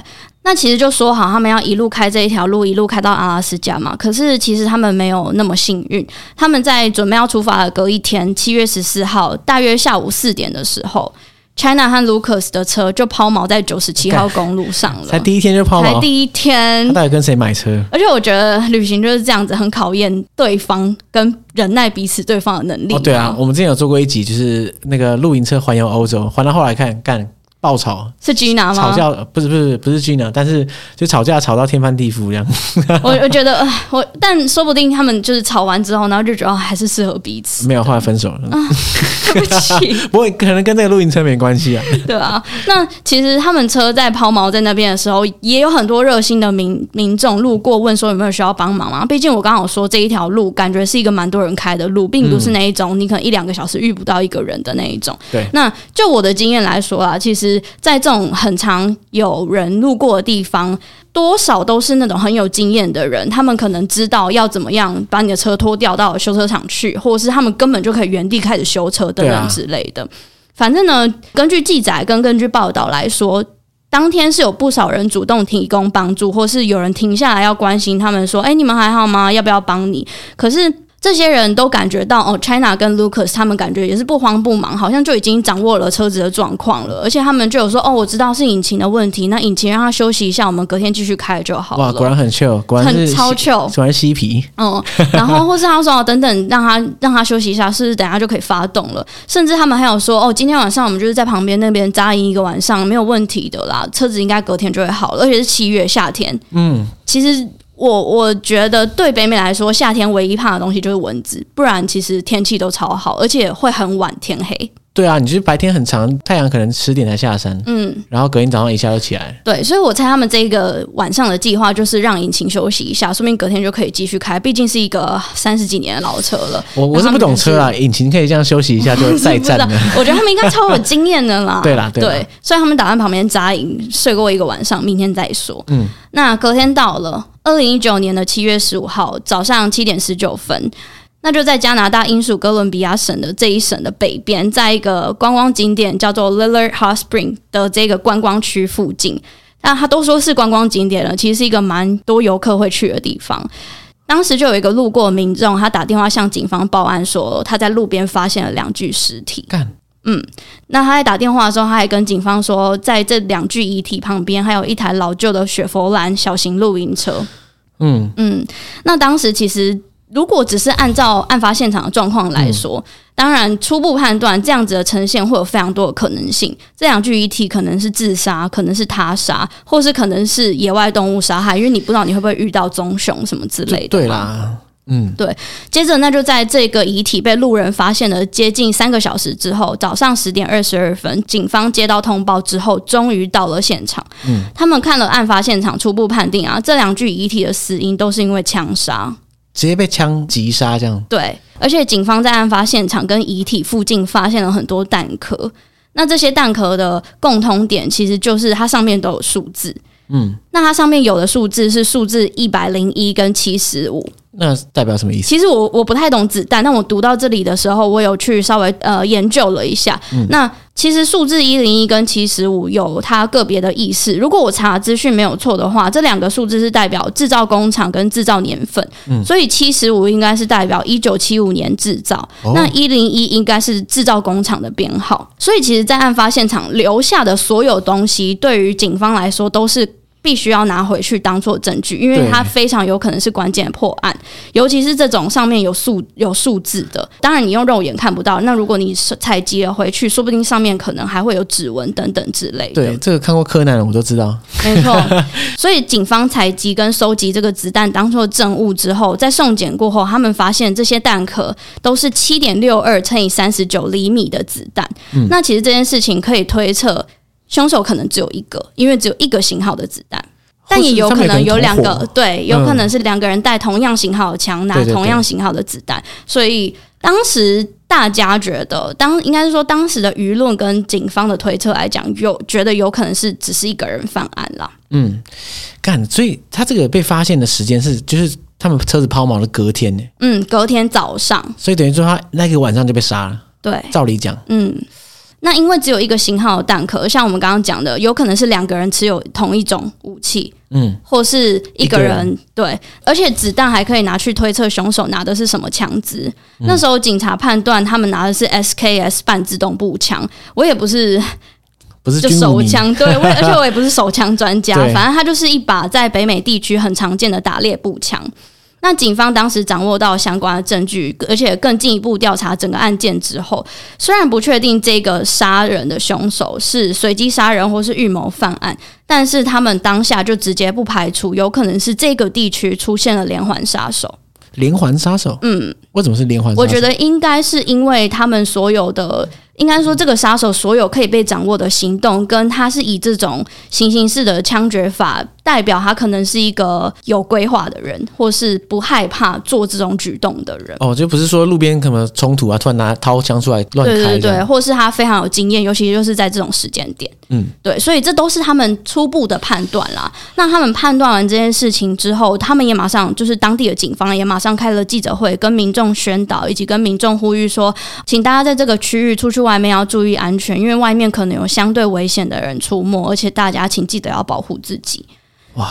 [SPEAKER 2] 那其实就说好他们要一路开这一条路，一路开到阿拉斯加嘛。可是其实他们没有那么幸运，他们在准备要出发的隔一天，七月十四号，大约下午四点的时候。 China 和 Lucas 的车就抛锚在九十七号公路上了，
[SPEAKER 1] 才第一天就抛
[SPEAKER 2] 呃才
[SPEAKER 1] 锚，
[SPEAKER 2] 第一天
[SPEAKER 1] 他，到底跟谁买车？
[SPEAKER 2] 而且我觉得旅行就是这样子，很考验对方跟忍耐彼此对方的能力。
[SPEAKER 1] 哦，对啊，，我们之前有做过一集，就是那个露营车环游欧洲，环到后来看干爆吵，
[SPEAKER 2] 是 Gina
[SPEAKER 1] 吵
[SPEAKER 2] 吗？
[SPEAKER 1] 架呃不是不是不是 Gina，但是就吵架吵到天翻地覆这样。
[SPEAKER 2] 我我觉得唉我，但说不定他们就是吵完之后，然后就觉得、哦、还是适合彼此。
[SPEAKER 1] 没有，后来分手
[SPEAKER 2] 啊
[SPEAKER 1] 了。
[SPEAKER 2] 对不起，
[SPEAKER 1] 不过可能跟这个露营车没关系啊。
[SPEAKER 2] 对啊，那其实他们车在抛锚在那边的时候，也有很多热心的民民众路过，问说有没有需要帮忙嘛？毕竟我刚好说这一条路感觉是一个蛮多人开的路，并不是那一种、你可能一两个小时遇不到一个人的那一种。
[SPEAKER 1] 对
[SPEAKER 2] 那就我的经验来说啊，其实，在这种很常有人路过的地方。多少都是那种很有经验的人，他们可能知道要怎么样把你的车拖掉到修车厂去，或者是他们根本就可以原地开始修车等
[SPEAKER 1] 对啊
[SPEAKER 2] 等之类的。反正呢，根据记载跟根据报道来说，当天是有不少人主动提供帮助，或是有人停下来要关心他们，说：“哎、你们还好吗？要不要帮你？”可是这些人都感觉到，哦，China 跟 Lucas 他们感觉也是不慌不忙，好像就已经掌握了车子的状况了，而且他们就有说：“哦，我知道是引擎的问题，那引擎让它休息一下，我们隔天继续开就好
[SPEAKER 1] 哇，
[SPEAKER 2] 了。”
[SPEAKER 1] 果然很 chill，果然
[SPEAKER 2] 很
[SPEAKER 1] 是
[SPEAKER 2] 超糗，
[SPEAKER 1] 喜欢嬉皮，
[SPEAKER 2] 嗯，然后或是他说、哦、等等，让他 让他休息一下，是不是等下就可以发动了？甚至他们还有说哦，今天晚上我们就是在旁边那边扎营一个晚上，没有问题的啦，车子应该隔天就会好了，而且是七月夏天。嗯，其实我我觉得对北美来说，夏天唯一怕的东西就是蚊子，不然其实天气都超好，而且会很晚天黑。
[SPEAKER 1] 对啊，你就是白天很长，太阳可能十点才下山，
[SPEAKER 2] 嗯，
[SPEAKER 1] 然后隔天早上一下就起来了。
[SPEAKER 2] 对，所以我猜他们这个晚上的计划就是让引擎休息一下，说明隔天就可以继续开，毕竟是一个三十几年的老车了。
[SPEAKER 1] 我我是不懂车啊，引擎可以这样休息一下就再
[SPEAKER 2] 不知
[SPEAKER 1] 战
[SPEAKER 2] 道
[SPEAKER 1] 了。，。
[SPEAKER 2] 我觉得他们应该超有经验的啦
[SPEAKER 1] 对啦对啦
[SPEAKER 2] 所以他们打算旁边扎营睡过一个晚上，明天再说。嗯，那隔天到了，二零一九年的七月十五号早上七点十九分。那就在加拿大英属哥伦比亚省的这一省的北边，在一个观光景点叫做 Lillard Hot Spring 的这个观光区附近。那他都说是观光景点了，其实是一个蛮多游客会去的地方。当时就有一个路过的民众，他打电话向警方报案说他在路边发现了两具尸体。
[SPEAKER 1] 干，
[SPEAKER 2] 嗯，那他在打电话的时候，他还跟警方说，在这两具遗体旁边还有一台老旧的雪佛兰小型露营车。
[SPEAKER 1] 嗯，
[SPEAKER 2] 嗯，那当时其实如果只是按照案发现场的状况来说，
[SPEAKER 1] 嗯
[SPEAKER 2] 当然初步判断这样子的呈现会有非常多的可能性。这两具遗体可能是自杀，可能是他杀，或是可能是野外动物杀害，因为你不知道你会不会遇到棕熊什么之类的。
[SPEAKER 1] 对。啦，嗯，
[SPEAKER 2] 接着，那就在这个遗体被路人发现的接近三个小时之后，早上十点二十二分，警方接到通报之后，终于到了现场。嗯，他们看了案发现场，初步判定啊，这两具遗体的死因都是因为枪杀。
[SPEAKER 1] 直接被枪击杀这样。
[SPEAKER 2] 对，而且警方在案发现场跟遗体附近发现了很多弹壳。那这些弹壳的共同点其实就是它上面都有数字。嗯，那它上面有的数字是数字一百零一跟七十五。
[SPEAKER 1] 那代表什么意思？
[SPEAKER 2] 其实我我不太懂子弹，但我读到这里的时候，我有去稍微呃研究了一下。
[SPEAKER 1] 嗯
[SPEAKER 2] 那其实数字一零一跟七十五有它个别的意思。如果我查资讯没有错的话，这两个数字是代表制造工厂跟制造年份，
[SPEAKER 1] 嗯
[SPEAKER 2] 所以七十五应该是代表一九七五年制造，
[SPEAKER 1] 哦
[SPEAKER 2] 那一零一应该是制造工厂的编号。所以其实，在案发现场留下的所有东西，对于警方来说都是。必须要拿回去当做证据，因为
[SPEAKER 1] 对
[SPEAKER 2] 它非常有可能是关键的破案。尤其是这种上面有数有数字的，当然你用肉眼看不到。那如果你是采集了回去，说不定上面可能还会有指纹等等之类的
[SPEAKER 1] 对，。这个看过柯南的我都知道。
[SPEAKER 2] 没 错。所以警方采集跟收集这个子弹当做证物之后，在送检过后，他们发现这些弹壳都是七点六二乘以三十九厘米的子弹。
[SPEAKER 1] 嗯
[SPEAKER 2] 那其实这件事情可以推测，凶手可能只有一个，因为只有一个型号的子弹。但也有
[SPEAKER 1] 或
[SPEAKER 2] 可
[SPEAKER 1] 是他
[SPEAKER 2] 能
[SPEAKER 1] 们
[SPEAKER 2] 有
[SPEAKER 1] 同
[SPEAKER 2] 两
[SPEAKER 1] 伙
[SPEAKER 2] 个，对，有可能是两个人带同样型号的枪，拿
[SPEAKER 1] 对对对
[SPEAKER 2] 同样型号的子弹，所以当时大家觉得，当应该是说当时的舆论跟警方的推测来讲，有觉得有可能是只是一个人犯案啦。
[SPEAKER 1] 嗯，干，所以他这个被发现的时间是，就是他们车子抛锚的隔天呢，
[SPEAKER 2] 嗯，隔天早上，
[SPEAKER 1] 所以等于说他那个晚上就被杀了。
[SPEAKER 2] 对，
[SPEAKER 1] 照理讲，
[SPEAKER 2] 嗯，那因为只有一个型号的弹壳，像我们刚刚讲的，有可能是两个人持有同一种武器，
[SPEAKER 1] 嗯，
[SPEAKER 2] 或是一个
[SPEAKER 1] 一个
[SPEAKER 2] 人
[SPEAKER 1] 人
[SPEAKER 2] 对，而且子弹还可以拿去推测凶手拿的是什么枪支。
[SPEAKER 1] 嗯
[SPEAKER 2] 那时候警察判断他们拿的是 SKS 半自动步枪，我也不是
[SPEAKER 1] 不是
[SPEAKER 2] 就
[SPEAKER 1] 军武
[SPEAKER 2] 手
[SPEAKER 1] 迷，
[SPEAKER 2] 枪，对我也，而且我也不是手枪专家
[SPEAKER 1] 对，
[SPEAKER 2] 反正它就是一把在北美地区很常见的打猎步枪。那警方当时掌握到相关的证据，而且更进一步调查整个案件之后，虽然不确定这个杀人的凶手是随机杀人或是预谋犯案，但是他们当下就直接不排除有可能是这个地区出现了连环杀手。
[SPEAKER 1] 连环杀手。
[SPEAKER 2] 嗯，
[SPEAKER 1] 为什么是连环杀手？
[SPEAKER 2] 我觉得应该是因为他们所有的，应该说这个杀手所有可以被掌握的行动，跟他是以这种行刑式的枪决法，代表他可能是一个有规划的人，或是不害怕做这种举动的人。
[SPEAKER 1] 哦，就不是说路边可能冲突啊，突然拿掏枪出来乱
[SPEAKER 2] 对
[SPEAKER 1] 开
[SPEAKER 2] 对
[SPEAKER 1] 这
[SPEAKER 2] 对，
[SPEAKER 1] 样，
[SPEAKER 2] 或是他非常有经验，尤其就是在这种时间点，
[SPEAKER 1] 嗯，
[SPEAKER 2] 对，所以这都是他们初步的判断啦。那他们判断完这件事情之后，他们也马上就是当地的警方也马上开了记者会，跟民众宣导，以及跟民众呼吁说，请大家在这个区域出去外面要注意安全，因为外面可能有相对危险的人出没，而且大家请记得要保护自己。
[SPEAKER 1] 哇，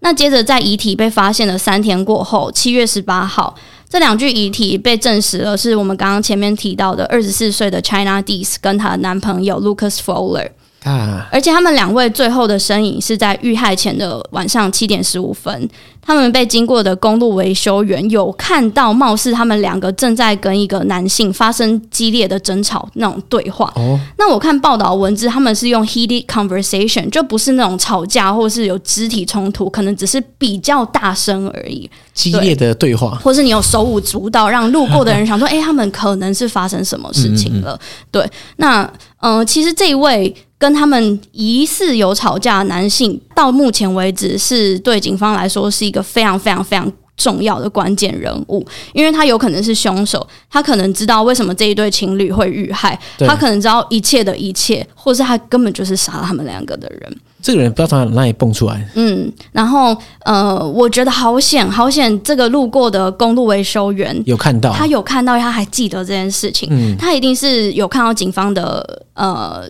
[SPEAKER 2] 那接着，在遗体被发现的三天过后，七月十八号，这两具遗体被证实了是我们刚刚前面提到的二十四岁的 China Dees 跟她的男朋友 Lucas Fowler，
[SPEAKER 1] 啊，
[SPEAKER 2] 而且他们两位最后的身影是在遇害前的晚上七点十五分，他们被经过的公路维修员有看到，貌似他们两个正在跟一个男性发生激烈的争吵那种对话。
[SPEAKER 1] 哦，
[SPEAKER 2] 那我看报道文字，他们是用 heated conversation，就不是那种吵架或是有肢体冲突，可能只是比较大声而已，
[SPEAKER 1] 激烈的对话，
[SPEAKER 2] 或是你有手舞足蹈，让路过的人想说，哎、他们可能是发生什么事情了。对，那嗯、呃其实这一位。跟他们疑似有吵架的男性，到目前为止是对警方来说是一个非常非常非常重要的关键人物，因为他有可能是凶手，他可能知道为什么这一对情侣会遇害，
[SPEAKER 1] 对
[SPEAKER 2] 他可能知道一切的一切，或是他根本就是杀了他们两个的人。
[SPEAKER 1] 这个人不知道从哪里蹦出来，
[SPEAKER 2] 嗯，然后呃，我觉得好险，好险，这个路过的公路维修员。
[SPEAKER 1] 有看到，
[SPEAKER 2] 他有看到，他还记得这件事情，
[SPEAKER 1] 哦嗯
[SPEAKER 2] 他一定是有看到警方的呃，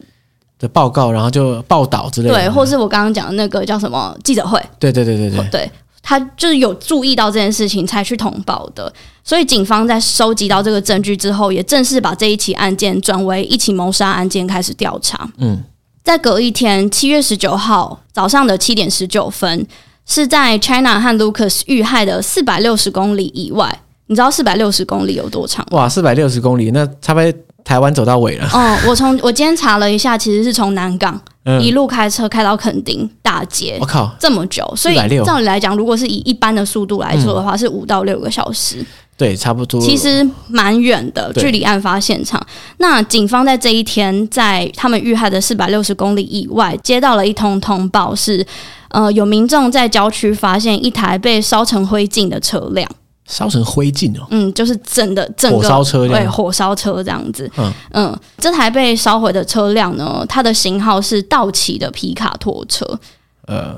[SPEAKER 1] 的报告，然后就报道之类的，
[SPEAKER 2] 对，或是我刚刚讲的那个叫什么记者会，
[SPEAKER 1] 对对对对对，
[SPEAKER 2] 对他就是有注意到这件事情才去通报的。所以警方在收集到这个证据之后，也正式把这一起案件转为一起谋杀案件开始调查。
[SPEAKER 1] 嗯，
[SPEAKER 2] 在隔一天，七月十九号早上的七点十九分，是在 China 和 Lucas 遇害的四百六十公里以外。你知道四百六十公里有多长吗？
[SPEAKER 1] 哇，四百六十公里，那差不多台湾走到尾了，
[SPEAKER 2] 嗯，我从我今天查了一下，其实是从南港、
[SPEAKER 1] 嗯哦
[SPEAKER 2] 一路开车开到垦丁大街
[SPEAKER 1] 我、，靠，
[SPEAKER 2] 这么久，所以
[SPEAKER 1] 460
[SPEAKER 2] 照理来讲，如果是以一般的速度来说的
[SPEAKER 1] 嗯
[SPEAKER 2] 话，是五到六个小时，
[SPEAKER 1] 对，差不多，
[SPEAKER 2] 其实蛮远的，
[SPEAKER 1] 哦对
[SPEAKER 2] 距离案发现场。那警方在这一天，在他们遇害的四百六十公里以外，接到了一通通报是，呃，有民众在郊区发现一台被烧成灰烬的车辆。
[SPEAKER 1] 烧成灰烬哦，
[SPEAKER 2] 嗯，就是整的整个
[SPEAKER 1] 火烧车这样
[SPEAKER 2] 对，火烧车这样子。
[SPEAKER 1] 嗯
[SPEAKER 2] 嗯这台被烧毁的车辆呢，它的型号是道奇的皮卡拖车，
[SPEAKER 1] 呃，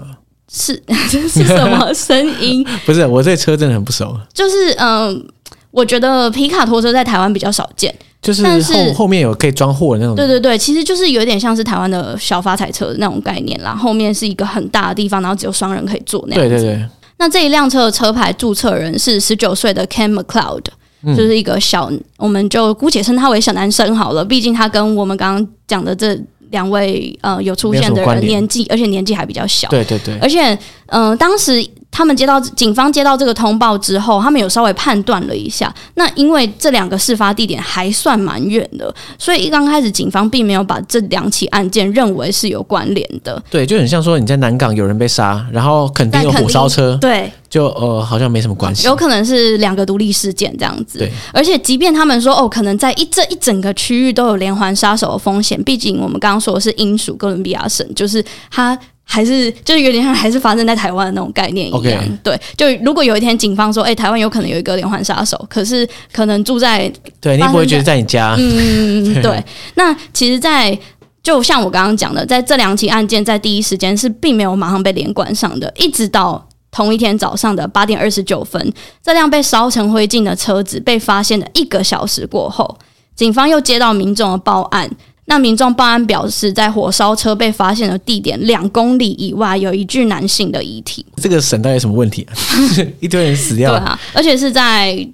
[SPEAKER 2] 是这是什么声 音？
[SPEAKER 1] 不是，我对车真的很不熟，
[SPEAKER 2] 就是嗯、我觉得皮卡拖车在台湾比较少见。
[SPEAKER 1] 就是
[SPEAKER 2] 但是
[SPEAKER 1] 后后面有可以装货的那种，
[SPEAKER 2] 对对对，其实就是有点像是台湾的小发财车那种概念啦，后面是一个很大的地方，然后只有双人可以坐那样
[SPEAKER 1] 对
[SPEAKER 2] 子。
[SPEAKER 1] 对对，
[SPEAKER 2] 那这一辆车的车牌注册人是十九岁的 Ken McLeod，、
[SPEAKER 1] 嗯
[SPEAKER 2] 就是一个小，我们就姑且称他为小男生好了，毕竟他跟我们刚刚讲的这两位呃有出现
[SPEAKER 1] 没有什
[SPEAKER 2] 的
[SPEAKER 1] 么关
[SPEAKER 2] 人
[SPEAKER 1] 联
[SPEAKER 2] 年纪，而且年纪还比较小，
[SPEAKER 1] 对对对，
[SPEAKER 2] 而且嗯、呃当时。他们接到警方接到这个通报之后，他们有稍微判断了一下。那因为这两个事发地点还算蛮远的，所以一刚开始警方并没有把这两起案件认为是有关联的。
[SPEAKER 1] 对，就很像说你在南港有人被杀，然后肯定有火烧车，
[SPEAKER 2] 对，
[SPEAKER 1] 就呃好像没什么关系，
[SPEAKER 2] 有可能是两个独立事件这样子
[SPEAKER 1] 对。
[SPEAKER 2] 而且，即便他们说哦，可能在一这一整个区域都有连环杀手的风险，毕竟我们刚刚说的是英属哥伦比亚省，就是它。还是就是有点像还是发生在台湾的那种概念一样
[SPEAKER 1] OK
[SPEAKER 2] 对。就如果有一天警方说，哎、台湾有可能有一个连环杀手，可是可能住在
[SPEAKER 1] 对你
[SPEAKER 2] 发
[SPEAKER 1] 不会
[SPEAKER 2] 生
[SPEAKER 1] 觉得
[SPEAKER 2] 在
[SPEAKER 1] 在你 家，
[SPEAKER 2] 嗯，对。那其实在，就像我刚刚讲的，在这两起案件在第一时间是并没有马上被连贯上的，一直到同一天早上的八点二十九分，这辆被烧成灰烬的车子被发现的一个小时过后，警方又接到民众的报案。那民众报案表示，在火烧车被发现的地点两公里以外有一具男性的遗体。
[SPEAKER 1] 这个省到底有什么问题啊？一堆人死
[SPEAKER 2] 对
[SPEAKER 1] 掉了
[SPEAKER 2] 啊，而且是在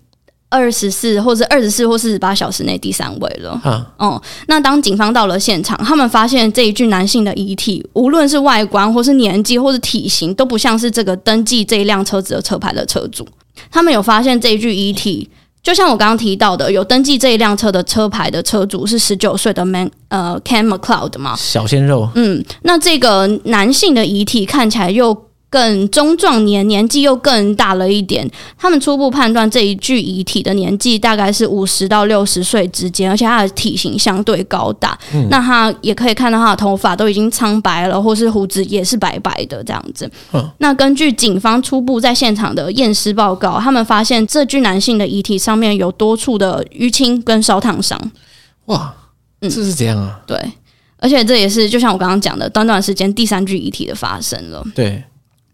[SPEAKER 2] 二十四或者二十四或四十八小时内第三位了。
[SPEAKER 1] 啊！
[SPEAKER 2] 哦、那当警方到了现场，他们发现这一具男性的遗体，无论是外观，或是年纪，或是体型，都不像是这个登记这一辆车子的车牌的车主。他们有发现这一具遗体，就像我刚刚提到的，有登记这一辆车的车牌的车主是十九岁的 Man 呃 Ken McLeod 嘛？
[SPEAKER 1] 小鲜肉，
[SPEAKER 2] 嗯，那这个男性的遗体看起来又更中壮年，年纪又更大了一点。他们初步判断这一具遗体的年纪大概是五十到六十岁之间，而且他的体型相对高大。那他也可以看到他的头发都已经苍白了，或是胡子也是白白的这样子。
[SPEAKER 1] 嗯
[SPEAKER 2] 那根据警方初步在现场的验尸报告，他们发现这具男性的遗体上面有多处的淤青跟烧烫伤。
[SPEAKER 1] 哇，这
[SPEAKER 2] 嗯
[SPEAKER 1] 是怎样啊？
[SPEAKER 2] 对，而且这也是就像我刚刚讲的，短短时间第三具遗体的发生了。
[SPEAKER 1] 对，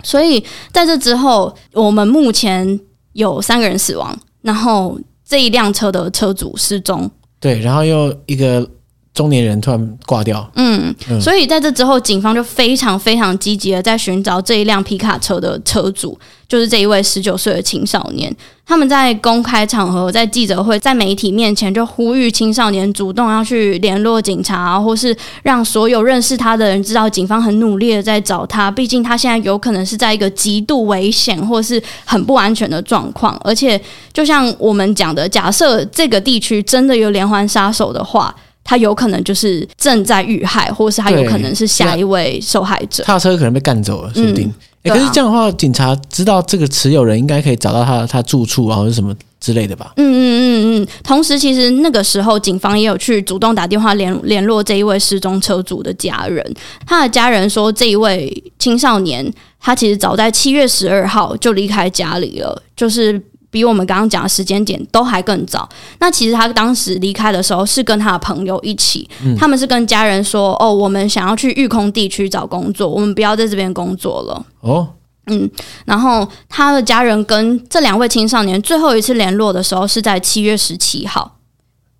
[SPEAKER 2] 所以在这之后，我们目前有三个人死亡，然后这一辆车的车主失踪。
[SPEAKER 1] 对，然后又一个中年人突然挂掉，
[SPEAKER 2] 嗯，
[SPEAKER 1] 嗯
[SPEAKER 2] 所以在这之后，警方就非常非常积极的在寻找这一辆皮卡车的车主，就是这一位十九岁的青少年。他们在公开场合、在记者会、在媒体面前就呼吁青少年主动要去联络警察，啊或是让所有认识他的人知道警方很努力的在找他。毕竟他现在有可能是在一个极度危险或是很不安全的状况，而且就像我们讲的，假设这个地区真的有连环杀手的话，他有可能就是正在遇害，或是他有可能是下一位受害者。
[SPEAKER 1] 他的车可能被干走了，说不定。诶
[SPEAKER 2] 对啊
[SPEAKER 1] 可是这样的话，警察知道这个持有人，应该可以找到他他住处啊，或者什么之类的吧？
[SPEAKER 2] 嗯嗯嗯嗯，同时其实那个时候警方也有去主动打电话联联络这一位失踪车主的家人，他的家人说这一位青少年他其实早在七月十二号就离开家里了，就是。比我们刚刚讲的时间点都还更早。那其实他当时离开的时候是跟他的朋友一起，他们是跟家人说：“哦，我们想要去育空地区找工作，我们不要在这边工作了。”
[SPEAKER 1] 哦，
[SPEAKER 2] 嗯，然后他的家人跟这两位青少年最后一次联络的时候是在七月十七号，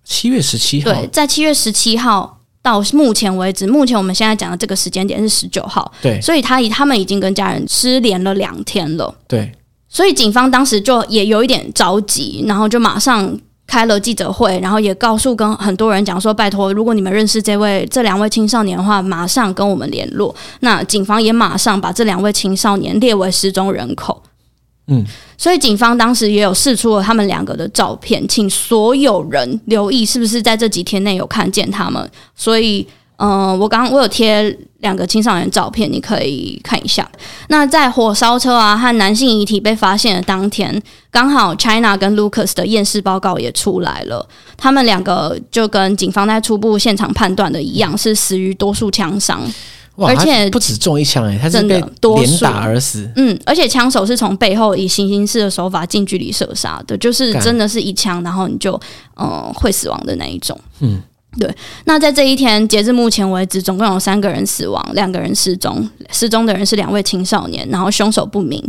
[SPEAKER 1] 七月十七号
[SPEAKER 2] 对，，在七月十七号到目前为止，目前我们现在讲的这个时间点是十九号，
[SPEAKER 1] 对
[SPEAKER 2] 所以他以他们已经跟家人失联了两天了，
[SPEAKER 1] 对，
[SPEAKER 2] 所以警方当时就也有一点着急，然后就马上。开了记者会，然后也告诉跟很多人讲说，拜托，如果你们认识这位这两位青少年的话，马上跟我们联络。那警方也马上把这两位青少年列为失踪人口。
[SPEAKER 1] 嗯，
[SPEAKER 2] 所以警方当时也有试出了他们两个的照片，请所有人留意是不是在这几天内有看见他们。所以，嗯、我刚我有贴两个青少年照片，你可以看一下。那在火烧车啊和男性遗体被发现的当天，刚好 China 跟 Lucas 的验尸报告也出来了，他们两个就跟警方在初步现场判断的一样，是死于多数枪伤。
[SPEAKER 1] 哇，
[SPEAKER 2] 而且
[SPEAKER 1] 他不止中一枪诶、他是
[SPEAKER 2] 真
[SPEAKER 1] 被
[SPEAKER 2] 的多
[SPEAKER 1] 连
[SPEAKER 2] 数
[SPEAKER 1] 打而死，
[SPEAKER 2] 嗯，而且枪手是从背后以行刑式的手法近距离射杀的，就是
[SPEAKER 1] 干
[SPEAKER 2] 真的是一枪，然后你就嗯、呃会死亡的那一种。
[SPEAKER 1] 嗯，
[SPEAKER 2] 对。那在这一天，截至目前为止，总共有三个人死亡，两个人失踪，失踪的人是两位青少年，然后凶手不明。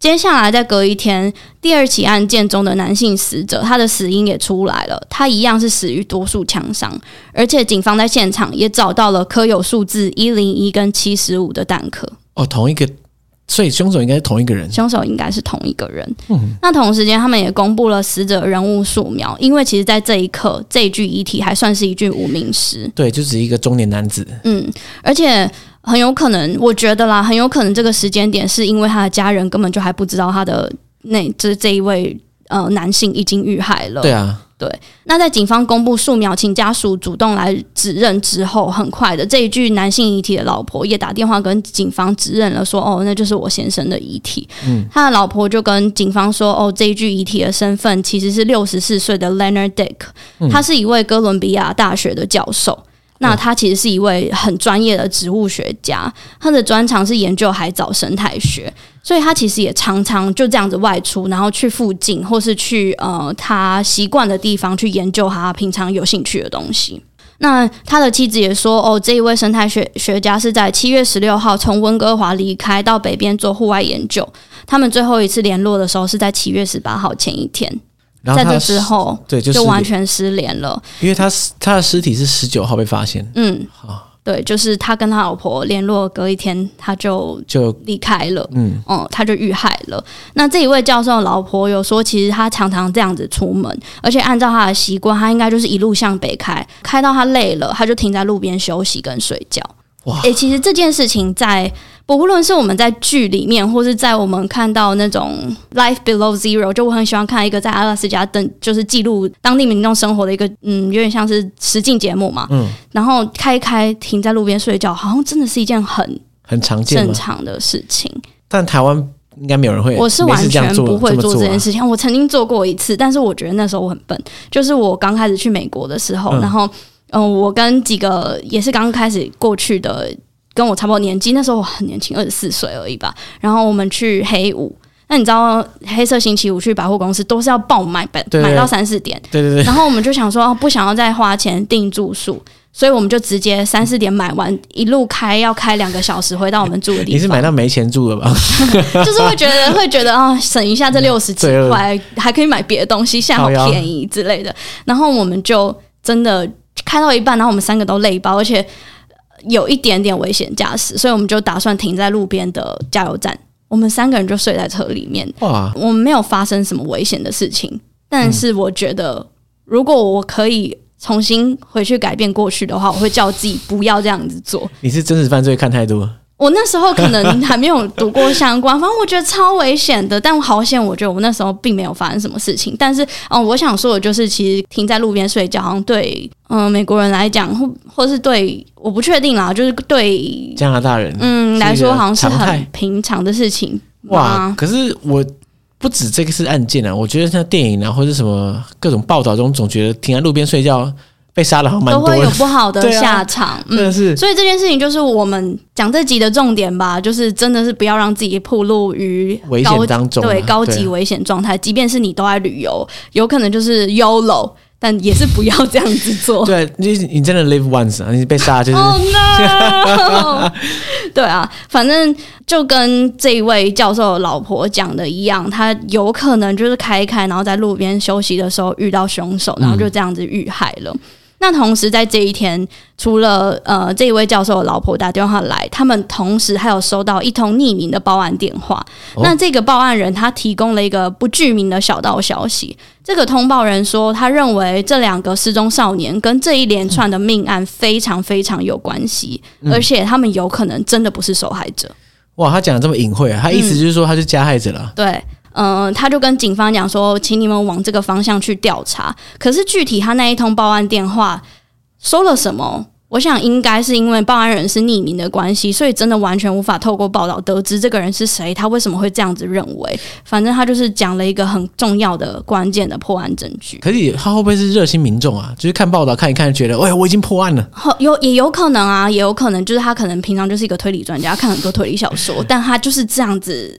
[SPEAKER 2] 接下来再隔一天，第二起案件中的男性死者，他的死因也出来了，他一样是死于多数枪伤，而且警方在现场也找到了刻有数字一零一跟七十五的弹壳。
[SPEAKER 1] 哦，同一个，所以凶手应该是同一个人，
[SPEAKER 2] 凶手应该是同一个人。那同时间，他们也公布了死者人物素描，因为其实在这一刻，这一具遗体还算是一具无名尸。
[SPEAKER 1] 对，就只是一个中年男子，
[SPEAKER 2] 嗯，而且很有可能，我觉得啦，很有可能这个时间点是因为他的家人根本就还不知道他的那这这一位呃男性已经遇害了。
[SPEAKER 1] 对啊，
[SPEAKER 2] 那在警方公布素描，请家属主动来指认之后，很快的，这一具男性遗体的老婆也打电话跟警方指认了说，哦，那就是我先生的遗体。嗯，他的老婆就跟警方说，哦，这一具遗体的身份其实是六十四岁的 Leonard Dick，、他是一位哥伦比亚大学的教授。那他其实是一位很专业的植物学家，他的专长是研究海藻生态学，所以他其实也常常就这样子外出，然后去附近或是去呃他习惯的地方去研究他平常有兴趣的东西。那他的妻子也说，哦，这一位生态学学家是在七月十六号从温哥华离开到北边做户外研究。他们最后一次联络的时候是在七月十八号前一天。
[SPEAKER 1] 然后
[SPEAKER 2] 在
[SPEAKER 1] 他
[SPEAKER 2] 这之后
[SPEAKER 1] 对就
[SPEAKER 2] 就是完全失联了。
[SPEAKER 1] 因为他他的尸体是十九号被发现，
[SPEAKER 2] 嗯
[SPEAKER 1] 好，
[SPEAKER 2] 对，就是他跟他老婆联络，隔一天他就
[SPEAKER 1] 就
[SPEAKER 2] 离开了。
[SPEAKER 1] 嗯
[SPEAKER 2] 哦、他就遇害了。那这一位教授的老婆有说，其实他常常这样子出门，而且按照他的习惯，他应该就是一路向北开，开到他累了，他就停在路边休息跟睡觉。
[SPEAKER 1] 哇
[SPEAKER 2] 诶、其实这件事情在。不论是我们在剧里面，或是在我们看到那种《Life Below Zero》，就我很喜欢看一个在阿拉斯加等，就是记录当地民众生活的一个，嗯，有点像是实境节目嘛。
[SPEAKER 1] 嗯，
[SPEAKER 2] 然后开一开停在路边睡觉，好像真的是一件很
[SPEAKER 1] 很常见
[SPEAKER 2] 正
[SPEAKER 1] 嘛。
[SPEAKER 2] 常的事情。
[SPEAKER 1] 但台湾应该没有人会，
[SPEAKER 2] 我是
[SPEAKER 1] 没
[SPEAKER 2] 完
[SPEAKER 1] 事这样
[SPEAKER 2] 全
[SPEAKER 1] 做
[SPEAKER 2] 不会
[SPEAKER 1] 么
[SPEAKER 2] 做这
[SPEAKER 1] 啊
[SPEAKER 2] 件事情。我曾经做过一次，但是我觉得那时候我很笨，就是我刚开始去美国的时候，
[SPEAKER 1] 嗯
[SPEAKER 2] 然后嗯、呃我跟几个也是刚开始过去的，跟我差不多年纪，那时候我很年轻，二十四岁而已吧。然后我们去黑五。那你知道黑色星期五去百货公司都是要爆买，买
[SPEAKER 1] 对
[SPEAKER 2] 买到三四点，
[SPEAKER 1] 对对对，
[SPEAKER 2] 然后我们就想说，哦，不想要再花钱订住宿，所以我们就直接三四点买完，一路开要开两个小时回到我们住的地方。
[SPEAKER 1] 你是买到没钱住了 吧？
[SPEAKER 2] 就是会觉得会觉得啊、省一下这六十几
[SPEAKER 1] 罪恶
[SPEAKER 2] 块，还可以买别的东西，现在好
[SPEAKER 1] 好呀
[SPEAKER 2] 便宜之类的。呃然后我们就真的开到一半，然后我们三个都累爆，而且有一点点危险驾驶，所以我们就打算停在路边的加油站。我们三个人就睡在车里面，
[SPEAKER 1] 哇，
[SPEAKER 2] 我们没有发生什么危险的事情。但是我觉得，如果我可以重新回去改变过去的话，我会叫自己不要这样子做。
[SPEAKER 1] 你是真实犯罪看太多，
[SPEAKER 2] 我那时候可能还没有读过相关，反正我觉得超危险的。但好险，我觉得我那时候并没有发生什么事情。但是，嗯，我想说的就是，其实停在路边睡觉，好像对嗯、美国人来讲，或或是对我不确定啦，就是对
[SPEAKER 1] 加拿大人
[SPEAKER 2] 嗯
[SPEAKER 1] 是一个
[SPEAKER 2] 来说，好像是
[SPEAKER 1] 常
[SPEAKER 2] 很
[SPEAKER 1] 态
[SPEAKER 2] 平常的事情。
[SPEAKER 1] 哇
[SPEAKER 2] 哇！，
[SPEAKER 1] 可是我不止这个是案件啊，我觉得像电影啊或者什么各种报道中，总觉得停在路边睡觉被杀了好像蛮
[SPEAKER 2] 都
[SPEAKER 1] 多
[SPEAKER 2] 会有
[SPEAKER 1] 的，
[SPEAKER 2] 不好的
[SPEAKER 1] 对啊
[SPEAKER 2] 下场。嗯
[SPEAKER 1] 真，的是
[SPEAKER 2] 所以这件事情就是我们讲这集的重点吧，就是真的是不要让自己暴露于
[SPEAKER 1] 危
[SPEAKER 2] 高
[SPEAKER 1] 险当中啊
[SPEAKER 2] 对高
[SPEAKER 1] 对
[SPEAKER 2] 级危险状态。即便是你都在旅游，有可能就是 YOLO，但也是不要这样子做。
[SPEAKER 1] 对，你你真的 live once 啊，你被杀就是
[SPEAKER 2] Oh no！对啊，反正就跟这一位教授的老婆讲的一样，他有可能就是开一开，然后在路边休息的时候遇到凶手，然后就这样子遇害了。那同时在这一天，除了呃这一位教授的老婆打电话来，他们同时还有收到一通匿名的报案电话。
[SPEAKER 1] 哦
[SPEAKER 2] 那这个报案人他提供了一个不具名的小道消息，这个通报人说，他认为这两个失踪少年跟这一连串的命案非常非常有关系，而且他们有可能真的不是受害者。
[SPEAKER 1] 哇，他讲的这么隐晦
[SPEAKER 2] 嗯
[SPEAKER 1] 啊，他意思就是说他是加害者了。
[SPEAKER 2] 对，嗯、他就跟警方讲说，请你们往这个方向去调查。可是具体他那一通报案电话说了什么？我想应该是因为报案人是匿名的关系，所以真的完全无法透过报道得知这个人是谁，他为什么会这样子认为。反正他就是讲了一个很重要的关键的破案证据。
[SPEAKER 1] 可是他会不会是热心民众啊？就是看报道看一看，觉得哎，我已经破案了，
[SPEAKER 2] 好有也有可能啊，也有可能就是他可能平常就是一个推理专家，看很多推理小说，但他就是这样子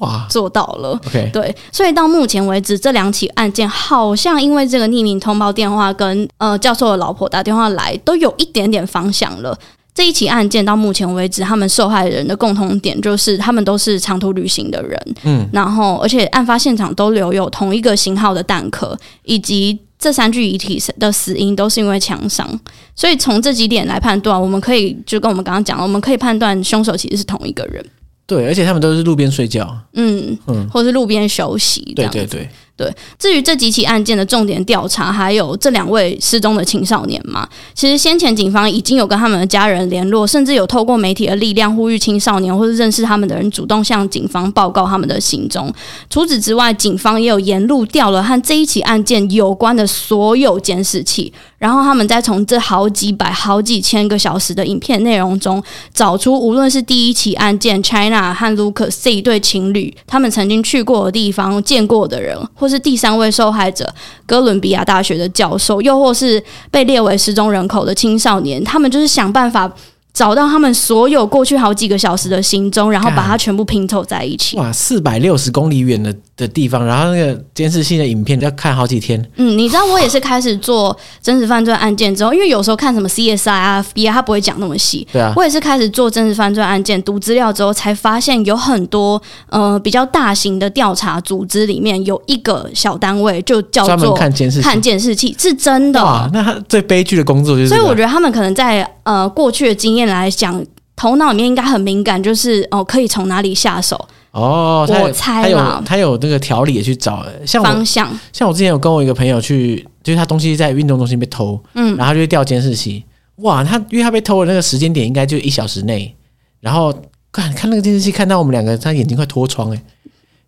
[SPEAKER 1] 哇
[SPEAKER 2] 做到了。
[SPEAKER 1] ，OK，
[SPEAKER 2] 对，所以到目前为止，这两起案件好像因为这个匿名通报电话跟呃教授的老婆打电话来，都有一点点方向了。这一起案件到目前为止，他们受害人的共同点就是他们都是长途旅行的人，
[SPEAKER 1] 嗯，
[SPEAKER 2] 然后而且案发现场都留有同一个型号的弹壳，以及这三具遗体的死因都是因为枪伤，所以从这几点来判断，我们可以就跟我们刚刚讲了，我们可以判断凶手其实是同一个人，
[SPEAKER 1] 对，而且他们都是路边睡觉，
[SPEAKER 2] 嗯，
[SPEAKER 1] 嗯
[SPEAKER 2] 或是路边休息这
[SPEAKER 1] 对
[SPEAKER 2] 样子
[SPEAKER 1] 对对，
[SPEAKER 2] 至于这几起案件的重点调查，还有这两位失踪的青少年嘛，其实先前警方已经有跟他们的家人联络，甚至有透过媒体的力量呼吁青少年或是认识他们的人主动向警方报告他们的行踪。除此之外，警方也有沿路调了和这一起案件有关的所有监视器，然后他们再从这好几百、好几千个小时的影片内容中，找出无论是第一起案件 China 和 Lucas 这一对情侣，他们曾经去过的地方、见过的人，或是第三位受害者哥伦比亚大学的教授，又或是被列为失踪人口的青少年，他们就是想办法。找到他们所有过去好几个小时的行踪，然后把它全部拼凑在一起。
[SPEAKER 1] 哇，四百六十公里远的的地方，然后那个监视器的影片要看好几天，
[SPEAKER 2] 嗯，你知道我也是开始做真实犯罪案件之后，因为有时候看什么 CSI 啊、FBI，他不会讲那么细。
[SPEAKER 1] 对啊，
[SPEAKER 2] 我也是开始做真实犯罪案件，读资料之后才发现有很多呃比较大型的调查组织里面有一个小单位就叫
[SPEAKER 1] 专门
[SPEAKER 2] 做
[SPEAKER 1] 看监视器。
[SPEAKER 2] 看监视器，是真的。
[SPEAKER 1] 哇，那他最悲剧的工作就是这
[SPEAKER 2] 所以
[SPEAKER 1] 个、
[SPEAKER 2] 我觉得他们可能在呃过去的经验来讲，头脑里面应该很敏感，就是哦可以从哪里下手
[SPEAKER 1] 哦，他
[SPEAKER 2] 我猜
[SPEAKER 1] 他有
[SPEAKER 2] 啦
[SPEAKER 1] 他有那个条理也去找，像我
[SPEAKER 2] 方向。
[SPEAKER 1] 像我之前有跟我一个朋友去，就是他东西在运动中心被偷，
[SPEAKER 2] 嗯，
[SPEAKER 1] 然后他就会调监视器，哇，他因为他被偷的那个时间点应该就一小时内，然后看看那个监视器，看到我们两个，他眼睛快脱窗哎、欸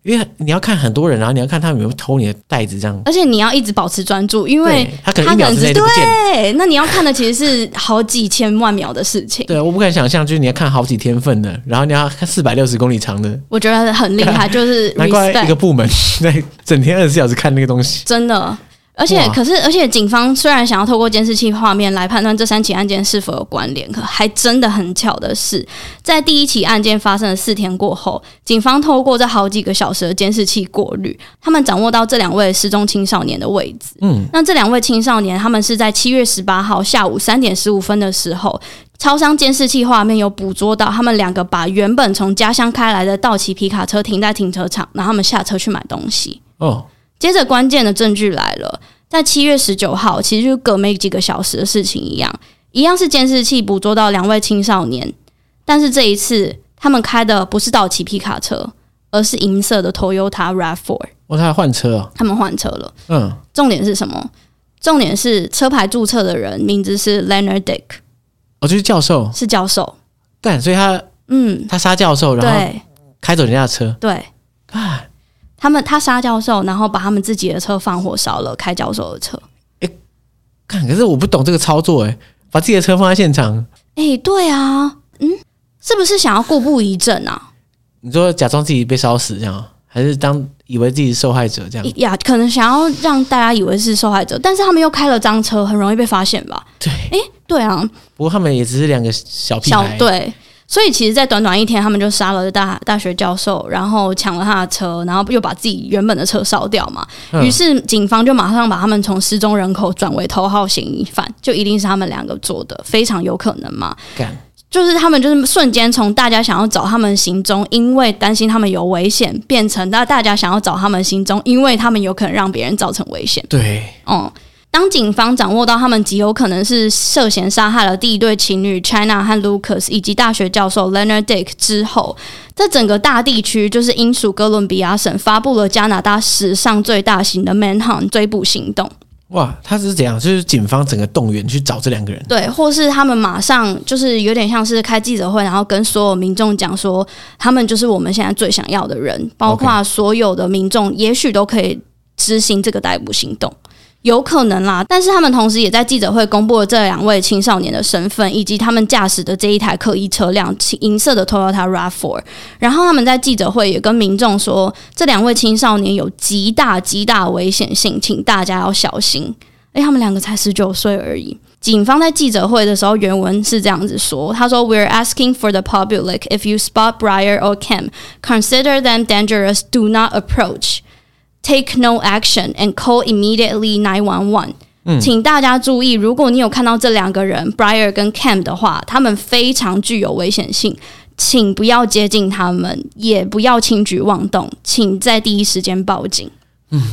[SPEAKER 1] 因为你要看很多人，然后你要看他们有没有偷你的袋子这样，
[SPEAKER 2] 而且你要一直保持专注，因为
[SPEAKER 1] 对他可能一秒之
[SPEAKER 2] 只
[SPEAKER 1] 内就不见了。
[SPEAKER 2] 对，那你要看的其实是好几千万秒的事情。
[SPEAKER 1] 对，我不敢想象，就是你要看好几天份的，然后你要看四百六十公里长的，
[SPEAKER 2] 我觉得很厉害，就是
[SPEAKER 1] 难怪一
[SPEAKER 2] respect
[SPEAKER 1] 个部门在整天二十四小时看那个东西。
[SPEAKER 2] 真的。而且，
[SPEAKER 1] 哇
[SPEAKER 2] 可是，而且，警方虽然想要透过监视器画面来判断这三起案件是否有关联，可还真的很巧的是，在第一起案件发生的四天过后，警方透过这好几个小时的监视器过滤，他们掌握到这两位失踪青少年的位置。
[SPEAKER 1] 嗯，
[SPEAKER 2] 那这两位青少年，他们是在七月十八号下午三点十五分的时候，超商监视器画面有捕捉到他们两个把原本从家乡开来的道奇皮卡车停在停车场，然后他们下车去买东西。
[SPEAKER 1] 哦，
[SPEAKER 2] 接着关键的证据来了，在七月十九号，其实就隔没几个小时的事情一样，一样是监视器捕捉到两位青少年，但是这一次他们开的不是道奇皮卡车，而是银色的 Toyota RAV4，
[SPEAKER 1] 哦，他还换车啊，
[SPEAKER 2] 他们换车了。
[SPEAKER 1] 嗯，
[SPEAKER 2] 重点是什么？重点是车牌注册的人名字是 Leonard Dick，
[SPEAKER 1] 哦，就是教授
[SPEAKER 2] 是教授。
[SPEAKER 1] 干，所以他
[SPEAKER 2] 嗯，
[SPEAKER 1] 他杀教授，然后
[SPEAKER 2] 对
[SPEAKER 1] 开走人家的车，
[SPEAKER 2] 对，
[SPEAKER 1] 啊，
[SPEAKER 2] 他们他杀教授，然后把他们自己的车放火烧了，开教授的车。
[SPEAKER 1] 干，可是我不懂这个操作哎、把自己的车放在现场，
[SPEAKER 2] 诶，对啊，嗯，是不是想要故布疑阵啊？
[SPEAKER 1] 你说假装自己被烧死这样啊，还是当以为自己是受害者这样？
[SPEAKER 2] 呀，可能想要让大家以为是受害者，但是他们又开了赃车，很容易被发现吧？
[SPEAKER 1] 对，
[SPEAKER 2] 对啊，
[SPEAKER 1] 不过他们也只是两个小屁
[SPEAKER 2] 小
[SPEAKER 1] 孩，
[SPEAKER 2] 对。所以其实，在短短一天，他们就杀了大大学教授，然后抢了他的车，然后又把自己原本的车烧掉嘛。
[SPEAKER 1] 嗯
[SPEAKER 2] 于是警方就马上把他们从失踪人口转为头号嫌疑犯，就一定是他们两个做的，非常有可能嘛。
[SPEAKER 1] 干，
[SPEAKER 2] 就是他们就是瞬间从大家想要找他们行踪，因为担心他们有危险，变成那大家想要找他们行踪，因为他们有可能让别人造成危险。
[SPEAKER 1] 对，
[SPEAKER 2] 哦、当警方掌握到他们极有可能是涉嫌杀害了第一对情侣 China 和 Lucas 以及大学教授 Leonard Dick 之后，在整个大地区，就是英属哥伦比亚省发布了加拿大史上最大型的 manhunt 追捕行动。
[SPEAKER 1] 哇，他是怎样？就是警方整个动员去找这两个人，
[SPEAKER 2] 对，或是他们马上就是有点像是开记者会，然后跟所有民众讲说，他们就是我们现在最想要的人，包括所有的民众，也许都可以执行这个逮捕行动。有可能啦，但是他们同时也在记者会公布了这两位青少年的身份，以及他们驾驶的这一台客一车辆青银色的 Toyota RAV4。然后他们在记者会也跟民众说，这两位青少年有极大极大的危险性，请大家要小心。哎，他们两个才十九岁而已。警方在记者会的时候，原文是这样子说：“他说，We're asking for the public if you spot Briar or Kim, consider them dangerous, do not approach, take no action, and call immediately 911。”请大家注意，如果你有看到这两个人 Briar 跟 Cam 的话，他们非常具有危险性，请不要接近他们，也不要轻举妄动，请在第一时间报警。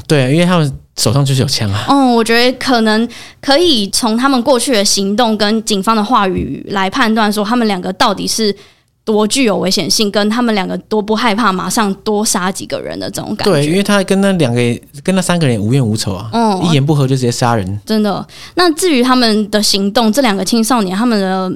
[SPEAKER 1] 对，啊因为他们手上就是有枪啊，
[SPEAKER 2] 嗯，我觉得可能可以从他们过去的行动跟警方的话语来判断，说他们两个到底是多具有危险性，跟他们两个多不害怕，马上多杀几个人的这种感
[SPEAKER 1] 对，因
[SPEAKER 2] 觉。
[SPEAKER 1] 为他跟那两个也跟那三个人也无怨无仇啊，
[SPEAKER 2] 嗯
[SPEAKER 1] 一言不合就直接杀人，
[SPEAKER 2] 真的。那至于他们的行动，这两个青少年他们的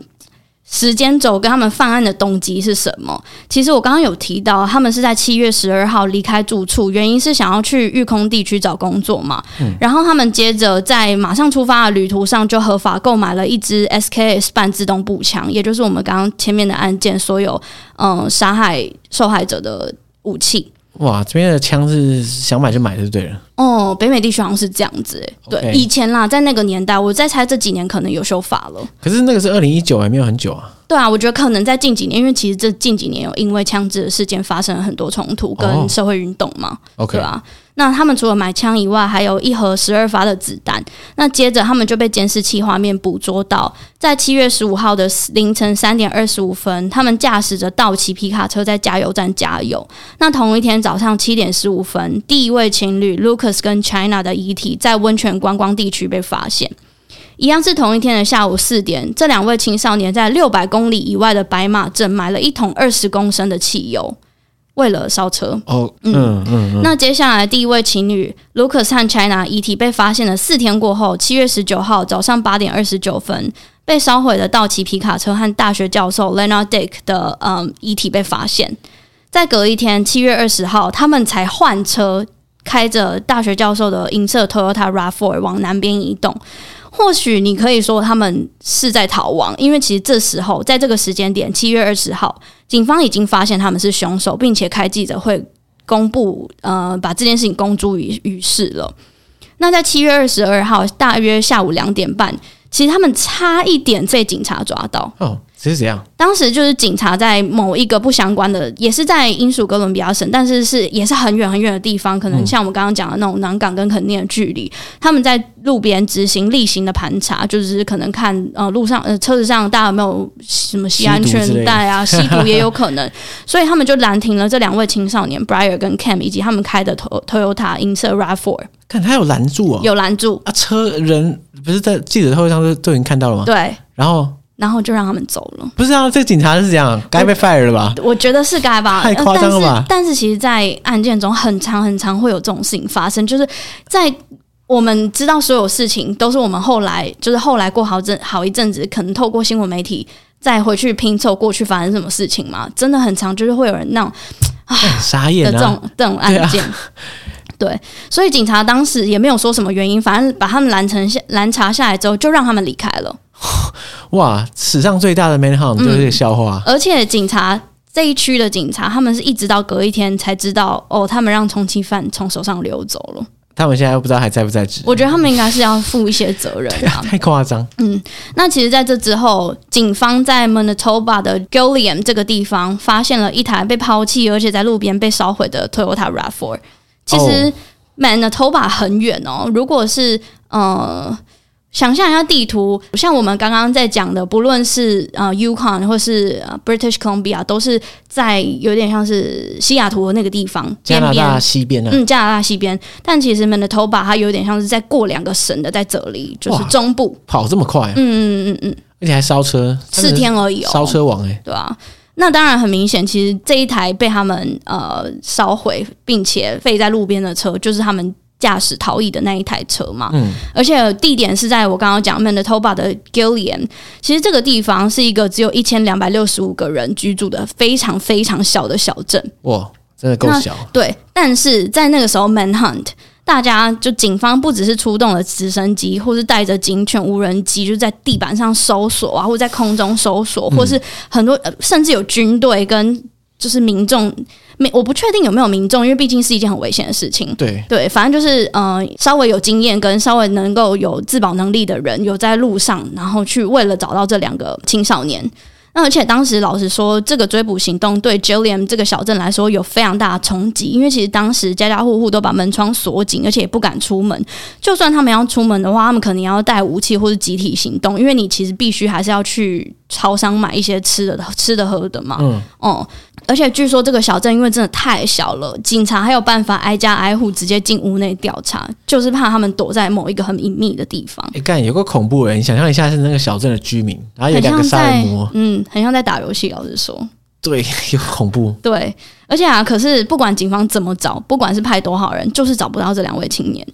[SPEAKER 2] 时间轴跟他们犯案的动机是什么？其实我刚刚有提到，他们是在七月十二号离开住处，原因是想要去育空地区找工作嘛。然后他们接着在马上出发的旅途上，就合法购买了一支 SKS 半自动步枪，也就是我们刚刚前面的案件所有嗯杀害受害者的武器。
[SPEAKER 1] 哇，这边的枪是想买就买就对了。
[SPEAKER 2] 哦，北美地区好像是这样子、欸，对
[SPEAKER 1] OK
[SPEAKER 2] 以前啦，在那个年代，我在猜这几年可能有修法了。
[SPEAKER 1] 可是那个是二零一九，还没有很久啊。
[SPEAKER 2] 对啊，我觉得可能在近几年，因为其实这近几年有因为枪支的事件发生了很多冲突
[SPEAKER 1] 哦
[SPEAKER 2] 跟社会运动嘛，
[SPEAKER 1] OK，
[SPEAKER 2] 对啊吧、那他们除了买枪以外，还有一盒十二发的子弹。那接着他们就被监视器画面捕捉到，在七月十五号的凌晨三点二十五分，他们驾驶着道奇皮卡车在加油站加油。那同一天早上七点十五分，第一位情侣 Lucas 跟 China 的遗体在温泉观光地区被发现。一样是同一天的下午四点，这两位青少年在六百公里以外的白马镇买了一桶二十公升的汽油，为了烧车。
[SPEAKER 1] 哦，嗯嗯
[SPEAKER 2] 那接下来第一位情侣 Lucas 和 China 遗体被发现的四天过后，七月十九号早上八点二十九分，被烧毁的道奇皮卡车和大学教授 Leonard Dick 的嗯遗体被发现。再隔一天，七月二十号，他们才换车，开着大学教授的银色 Toyota RAV4 往南边移动。或许你可以说他们是在逃亡，因为其实这时候，在这个时间点，七月二十号，警方已经发现他们是凶手，并且开记者会公布，呃，把这件事情公诸于于世了。那在七月二十二号，大约下午两点半，其实他们差一点被警察抓到。
[SPEAKER 1] 嗯，哦，是怎样？
[SPEAKER 2] 当时就是警察在某一个不相关的，也是在英属哥伦比亚省，但是是也是很远很远的地方，可能像我们刚刚讲的那种南港跟垦丁的距离，他们在路边执行例行的盘查，就是可能看呃路上呃车子上大家有没有什么系安全带啊，吸毒也有可 能，所以他们就拦停了这两位青少年 Briar 跟 Cam 以及他们开的 Toy- Toyota 银色 Rav4
[SPEAKER 1] 看他有拦住哦，
[SPEAKER 2] 有拦住，
[SPEAKER 1] 啊，车人不是在记者会上都都已经看到了吗？
[SPEAKER 2] 对，
[SPEAKER 1] 然后
[SPEAKER 2] 然后就让他们走了。
[SPEAKER 1] 不是啊，这警察是这样，该
[SPEAKER 2] 嗯
[SPEAKER 1] 被 fire 了吧？
[SPEAKER 2] 我觉得是该吧，
[SPEAKER 1] 太夸张了吧
[SPEAKER 2] 呃但是但是其实，在案件中很长很长会有这种事情发生，就是在我们知道所有事情都是我们后来，就是后来过好阵好一阵子，可能透过新闻媒体再回去拼凑过去发生什么事情嘛，真的很长，就是会有人那种
[SPEAKER 1] 哎傻
[SPEAKER 2] 的
[SPEAKER 1] 眼
[SPEAKER 2] 啊这
[SPEAKER 1] 啊！
[SPEAKER 2] 种这种案 件。对，所以警察当时也没有说什么原因，反正把他们拦成下拦查下来之后，就让他们离开了。
[SPEAKER 1] 哇，史上最大的
[SPEAKER 2] 嗯
[SPEAKER 1] manhunt 就是这个笑话。
[SPEAKER 2] 而且警察这一区的警察，他们是一直到隔一天才知道，哦，他们让通缉犯从手上溜走了。
[SPEAKER 1] 他们现在又不知道还在不在职，
[SPEAKER 2] 我觉得他们应该是要负一些责任 啊。
[SPEAKER 1] 太夸张。
[SPEAKER 2] 那其实，在这之后，警方在 Manitoba 的 Gilliam 这个地方发现了一台被抛弃，而且在路边被烧毁的 Toyota RAV4。其
[SPEAKER 1] 哦
[SPEAKER 2] 实、Manitoba 很远哦，如果是呃。想象一下地图，像我们刚刚在讲的，不论是呃 Yukon 或是呃 British Columbia，都是在有点像是西雅图的那个地方
[SPEAKER 1] 加
[SPEAKER 2] 边
[SPEAKER 1] 拿
[SPEAKER 2] 边，
[SPEAKER 1] 大西边啊呢、
[SPEAKER 2] 嗯，加拿大西边。但其实 Manitoba 它有点像是在过两个省的，在这里就是
[SPEAKER 1] 哇
[SPEAKER 2] 中部。
[SPEAKER 1] 跑这么快、啊
[SPEAKER 2] 嗯嗯嗯嗯，
[SPEAKER 1] 而且还烧车，
[SPEAKER 2] 四天而已哦，
[SPEAKER 1] 烧车王哎、
[SPEAKER 2] 对啊。那当然很明显，其实这一台被他们呃烧毁并且废在路边的车，就是他们驾驶逃逸的那一台车嘛。
[SPEAKER 1] 嗯，
[SPEAKER 2] 而且地点是在我刚刚讲 Manitoba 的 Gilliam，其实这个地方是一个只有一千两百六十五个人居住的非常非常小的小镇。
[SPEAKER 1] 哇，真的够
[SPEAKER 2] 那
[SPEAKER 1] 小。
[SPEAKER 2] 对，但是在那个时候 manhunt，大家就警方不只是出动了直升机，或是带着警犬、无人机，就是在地板上搜索啊，或者在空中搜索，或是很多、呃甚至有军队跟就是民众，没我不确定有没有民众，因为毕竟是一件很危险的事情。
[SPEAKER 1] 对，
[SPEAKER 2] 对，反正就是呃，稍微有经验跟稍微能够有自保能力的人，有在路上，然后去为了找到这两个青少年。那而且当时老实说，这个追捕行动对 Gilliam 这个小镇来说有非常大的冲击，因为其实当时家家户户都把门窗锁紧，而且也不敢出门。就算他们要出门的话，他们可能也要带武器或是集体行动，因为你其实必须还是要去超商买一些吃的、吃的喝的嘛。
[SPEAKER 1] 嗯，
[SPEAKER 2] 哦、而且据说这个小镇因为真的太小了，警察还有办法挨家挨户直接进屋内调查，就是怕他们躲在某一个很隐秘的地方
[SPEAKER 1] 哎、，干有个恐怖哎、你想象一下是那个小镇的居民，然后有
[SPEAKER 2] 很
[SPEAKER 1] 两
[SPEAKER 2] 像
[SPEAKER 1] 个杀
[SPEAKER 2] 在
[SPEAKER 1] 人魔，
[SPEAKER 2] 嗯，很像在打游戏。老实说，
[SPEAKER 1] 对， 有恐怖。
[SPEAKER 2] 对，而且啊，可是不管警方怎么找，不管是派多少人，就是找不到这两位青年。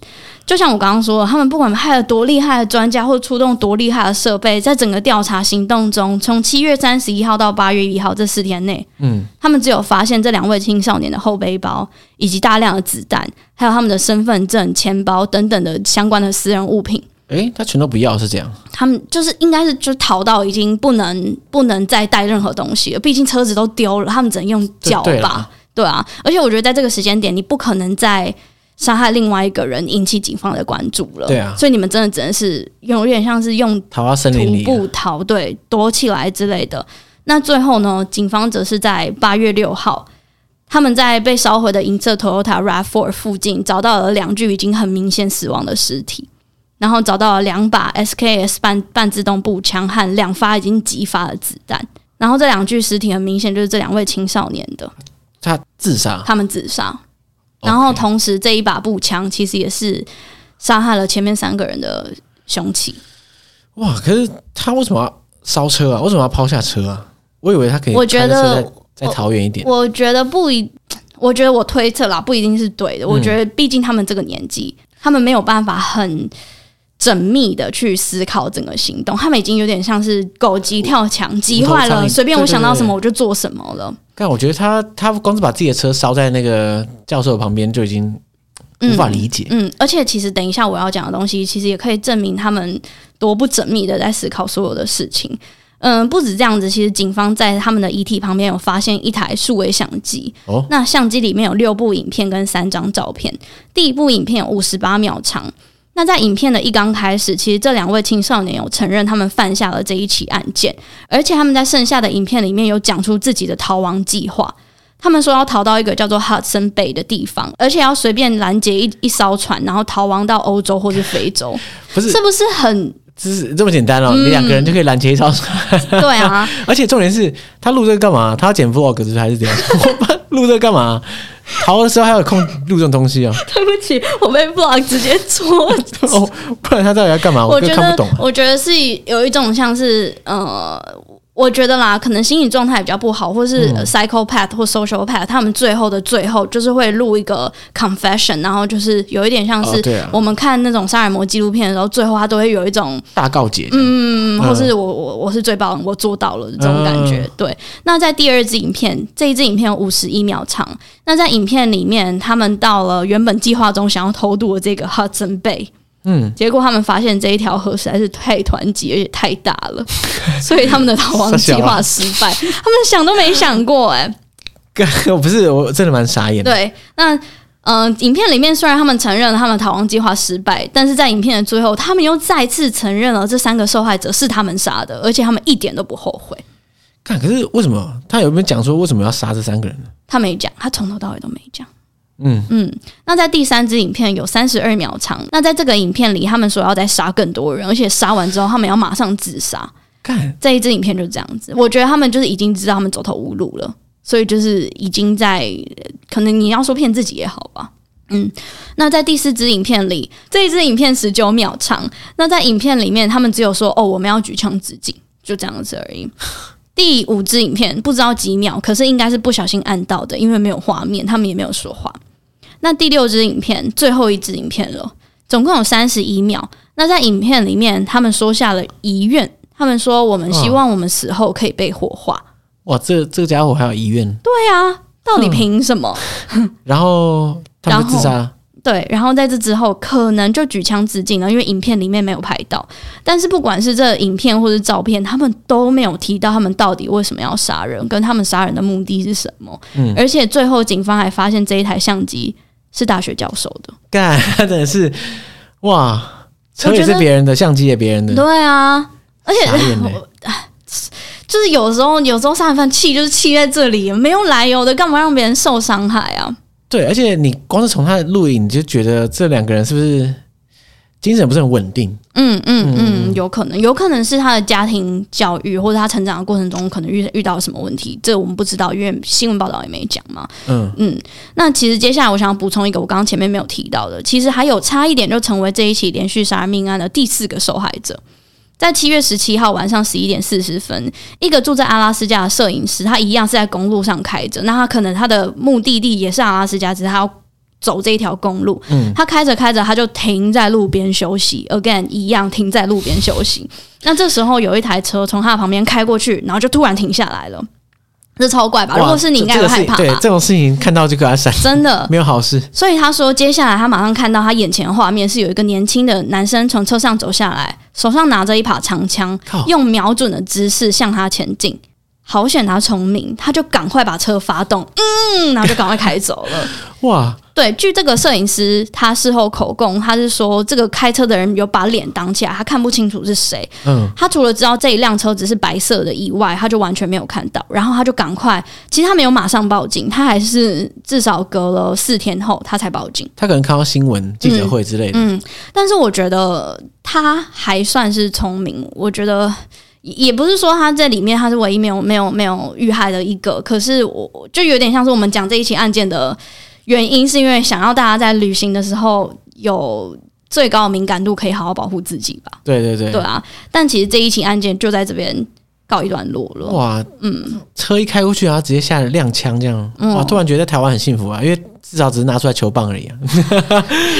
[SPEAKER 2] 就像我刚刚说的，他们不管派了多厉害的专家，或出动多厉害的设备，在整个调查行动中，从七月三十一号到八月一号这四天内，
[SPEAKER 1] 嗯，
[SPEAKER 2] 他们只有发现这两位青少年的后背包，以及大量的子弹，还有他们的身份证、钱包等等的相关的私人物品。
[SPEAKER 1] 哎、他全都不要是这样。
[SPEAKER 2] 他们就是应该是就逃到已经不能不能再带任何东西了，毕竟车子都丢了，他们只能用脚
[SPEAKER 1] 对对
[SPEAKER 2] 吧
[SPEAKER 1] 啦？
[SPEAKER 2] 对啊，而且我觉得在这个时间点，你不可能再杀害另外一个人引起警方的关注了。
[SPEAKER 1] 对啊
[SPEAKER 2] 所以你们真的只能是用有点像是用
[SPEAKER 1] 逃到森林
[SPEAKER 2] 徒
[SPEAKER 1] 里了，啊
[SPEAKER 2] 步逃，对，躲起来之类的。那最后呢，警方则是在八月六号，他们在被烧毁的银色 Toyota RAV4 附近找到了两具已经很明显死亡的尸体，然后找到了两把 SKS 半半自动步枪和两发已经击发的子弹。然后这两具尸体很明显就是这两位青少年的，
[SPEAKER 1] 他自杀，
[SPEAKER 2] 他们自杀。然后
[SPEAKER 1] OK
[SPEAKER 2] 同时这一把步枪其实也是杀害了前面三个人的凶器。
[SPEAKER 1] 哇，可是他为什么要烧车啊？为什么要抛下车啊？我以为他可以，
[SPEAKER 2] 我觉得
[SPEAKER 1] 再逃远一点。
[SPEAKER 2] 我觉得不一，我觉得我推测啦，不一定是对
[SPEAKER 1] 嗯
[SPEAKER 2] 的。我觉得，毕竟他们这个年纪，他们没有办法很缜密的去思考整个行动，他们已经有点像是狗急跳墙，急坏
[SPEAKER 1] 无头苍
[SPEAKER 2] 了，
[SPEAKER 1] 蝇
[SPEAKER 2] 随便我想到什么
[SPEAKER 1] 对
[SPEAKER 2] 我就做什么了。
[SPEAKER 1] 但我觉得他他光是把自己的车烧在那个教授旁边就已经无法理解。
[SPEAKER 2] 嗯，而且其实等一下我要讲的东西，其实也可以证明他们多不缜密的在思考所有的事情。嗯，不止这样子，其实警方在他们的遗体旁边有发现一台数位相机。
[SPEAKER 1] 哦
[SPEAKER 2] 那相机里面有六部影片跟三张照片，第一部影片有五十八秒长。那在影片的一刚开始，其实这两位青少年有承认他们犯下了这一起案件，而且他们在剩下的影片里面有讲出自己的逃亡计划。他们说要逃到一个叫做 Hudson Bay 的地方，而且要随便拦截一一艘船，然后逃亡到欧洲或是非洲，
[SPEAKER 1] 不是
[SPEAKER 2] 是嗯不是很
[SPEAKER 1] 只是这么简单哦，你两个人就可以拦截一艘 船，
[SPEAKER 2] 对啊？
[SPEAKER 1] 而且重点是他录这个干嘛？他要剪 vlog 是不是还是 怎样？录这个干嘛？逃的时候还有空录这种东 西哦，
[SPEAKER 2] 对不起，我被 blog 直接戳
[SPEAKER 1] 哦，不然他到底要干嘛？
[SPEAKER 2] 我
[SPEAKER 1] 就
[SPEAKER 2] 觉
[SPEAKER 1] 看不
[SPEAKER 2] 得
[SPEAKER 1] 懂，。
[SPEAKER 2] 我觉得是有一种像是呃，我觉得啦，可能心理状态比较不好，或是
[SPEAKER 1] 嗯
[SPEAKER 2] 呃 psychopath 或 sociopath，他们最后的最后就是会录一个 confession，然后就是有一点像
[SPEAKER 1] 哦
[SPEAKER 2] 是
[SPEAKER 1] 对啊
[SPEAKER 2] 我们看那种杀人魔纪录片的时候，最后他都会有一种
[SPEAKER 1] 大告解，
[SPEAKER 2] 嗯，或是我我我是最棒，我做到了这种感觉。对，那在第二支影片，这一支影片有五十一秒长。那在影片里面，他们到了原本计划中想要偷渡的这个 Hudson Bay。嗯，结果他们发现这一条河实在是太团结，而且太大了，所以他们的逃亡计划失 败。他们想都没想过、哎，
[SPEAKER 1] 干我不是我真的蛮傻眼的。
[SPEAKER 2] 对，那呃，影片里面虽然他们承认了他们逃亡计划失败，但是在影片的最后，他们又再次承认了这三个受害者是他们杀的，而且他们一点都不后悔。
[SPEAKER 1] 看，可是为什么他有没有讲说为什么要杀这三个人呢？
[SPEAKER 2] 他没讲，他从头到尾都没讲。
[SPEAKER 1] 嗯
[SPEAKER 2] 嗯，那在第三支影片有三十二秒长，那在这个影片里，他们说要再杀更多人，而且杀完之后他们要马上自杀。
[SPEAKER 1] 看，
[SPEAKER 2] 这一支影片就是这样子，我觉得他们就是已经知道他们走投无路了，所以就是已经在可能你要说骗自己也好吧。嗯，那在第四支影片里，这一支影片十九秒长。那在影片里面，他们只有说哦，我们要举枪自尽，就这样子而已。第五支影片不知道几秒，可是应该是不小心按到的，因为没有画面，他们也没有说话。那第六支影片，最后一支影片了，总共有三十一秒。那在影片里面，他们说下了遗愿，他们说我们希望我们死后可以被火化。
[SPEAKER 1] 哇，这这个家伙还有遗愿，
[SPEAKER 2] 对啊，到底凭什么？
[SPEAKER 1] 然后他们就自杀了，
[SPEAKER 2] 对，然后在这之后可能就举枪自尽了，因为影片里面没有拍到。但是不管是这影片或是照片，他们都没有提到他们到底为什么要杀人，跟他们杀人的目的是什么。而且最后警方还发现这一台相机是大学教授的。
[SPEAKER 1] 干，他真的是哇，车也
[SPEAKER 2] 我觉
[SPEAKER 1] 是
[SPEAKER 2] 得
[SPEAKER 1] 别人的，相机也别人的，
[SPEAKER 2] 对啊，而且
[SPEAKER 1] 傻眼欸嘞。
[SPEAKER 2] 就是有时候，有时候杀人犯气就是气在这里，没有来由的，干嘛让别人受伤害啊？
[SPEAKER 1] 对，而且你光是从他的录影，你就觉得这两个人是不是精神不是很稳定？
[SPEAKER 2] 嗯嗯嗯，有可能，有可能是他的家庭教育或者他成长的过程中可能遇遇到什么问题，这我们不知道，因为新闻报道也没讲嘛。
[SPEAKER 1] 嗯
[SPEAKER 2] 嗯，那其实接下来我想要补充一个我刚刚前面没有提到的，其实还有差一点就成为这一起连续杀人命案的第四个受害者。在七月十七号晚上十一点四十分，一个住在阿拉斯加的摄影师，他一样是在公路上开着。那他可能他的目的地也是阿拉斯加，只是他要走这一条公路。
[SPEAKER 1] 嗯
[SPEAKER 2] 他开着开着，他就停在路边休息。Again，一样停在路边休息。那这时候有一台车从他的旁边开过去，然后就突然停下来了。这超怪啊吧？如果是你，应该
[SPEAKER 1] 这
[SPEAKER 2] 会
[SPEAKER 1] 这个
[SPEAKER 2] 害
[SPEAKER 1] 事
[SPEAKER 2] 怕吧？
[SPEAKER 1] 对这种事情看到就给他闪，
[SPEAKER 2] 真的。
[SPEAKER 1] 没有好事。
[SPEAKER 2] 所以他说，接下来他马上看到他眼前的画面是有一个年轻的男生从车上走下来，手上拿着一把长枪
[SPEAKER 1] 靠，
[SPEAKER 2] 用瞄准的姿势向他前进。好险他聪明，他就赶快把车发动，嗯，然后就赶快开走了。
[SPEAKER 1] 哇，
[SPEAKER 2] 对，据这个摄影师他事后口供，他是说这个开车的人有把脸挡起来，他看不清楚是谁。
[SPEAKER 1] 嗯，
[SPEAKER 2] 他除了知道这一辆车子是白色的以外，他就完全没有看到。然后他就赶快，其实他没有马上报警，他还是至少隔了四天后他才报警。
[SPEAKER 1] 他可能看到新闻记者会之类的，
[SPEAKER 2] 嗯，但是我觉得他还算是聪明，我觉得。也不是说他在里面他是唯一没有没有没有遇害的一个，可是我我就有点像是我们讲这一起案件的原因，是因为想要大家在旅行的时候有最高的敏感度，可以好好保护自己吧。
[SPEAKER 1] 对对对，
[SPEAKER 2] 对啊，但其实这一起案件就在这边告一段落了。
[SPEAKER 1] 哇，嗯，车一开过去，然后直接下了踉跄这样，
[SPEAKER 2] 嗯
[SPEAKER 1] 哇，突然觉得在台湾很幸福啊，因为至少只是拿出来球棒而已啊，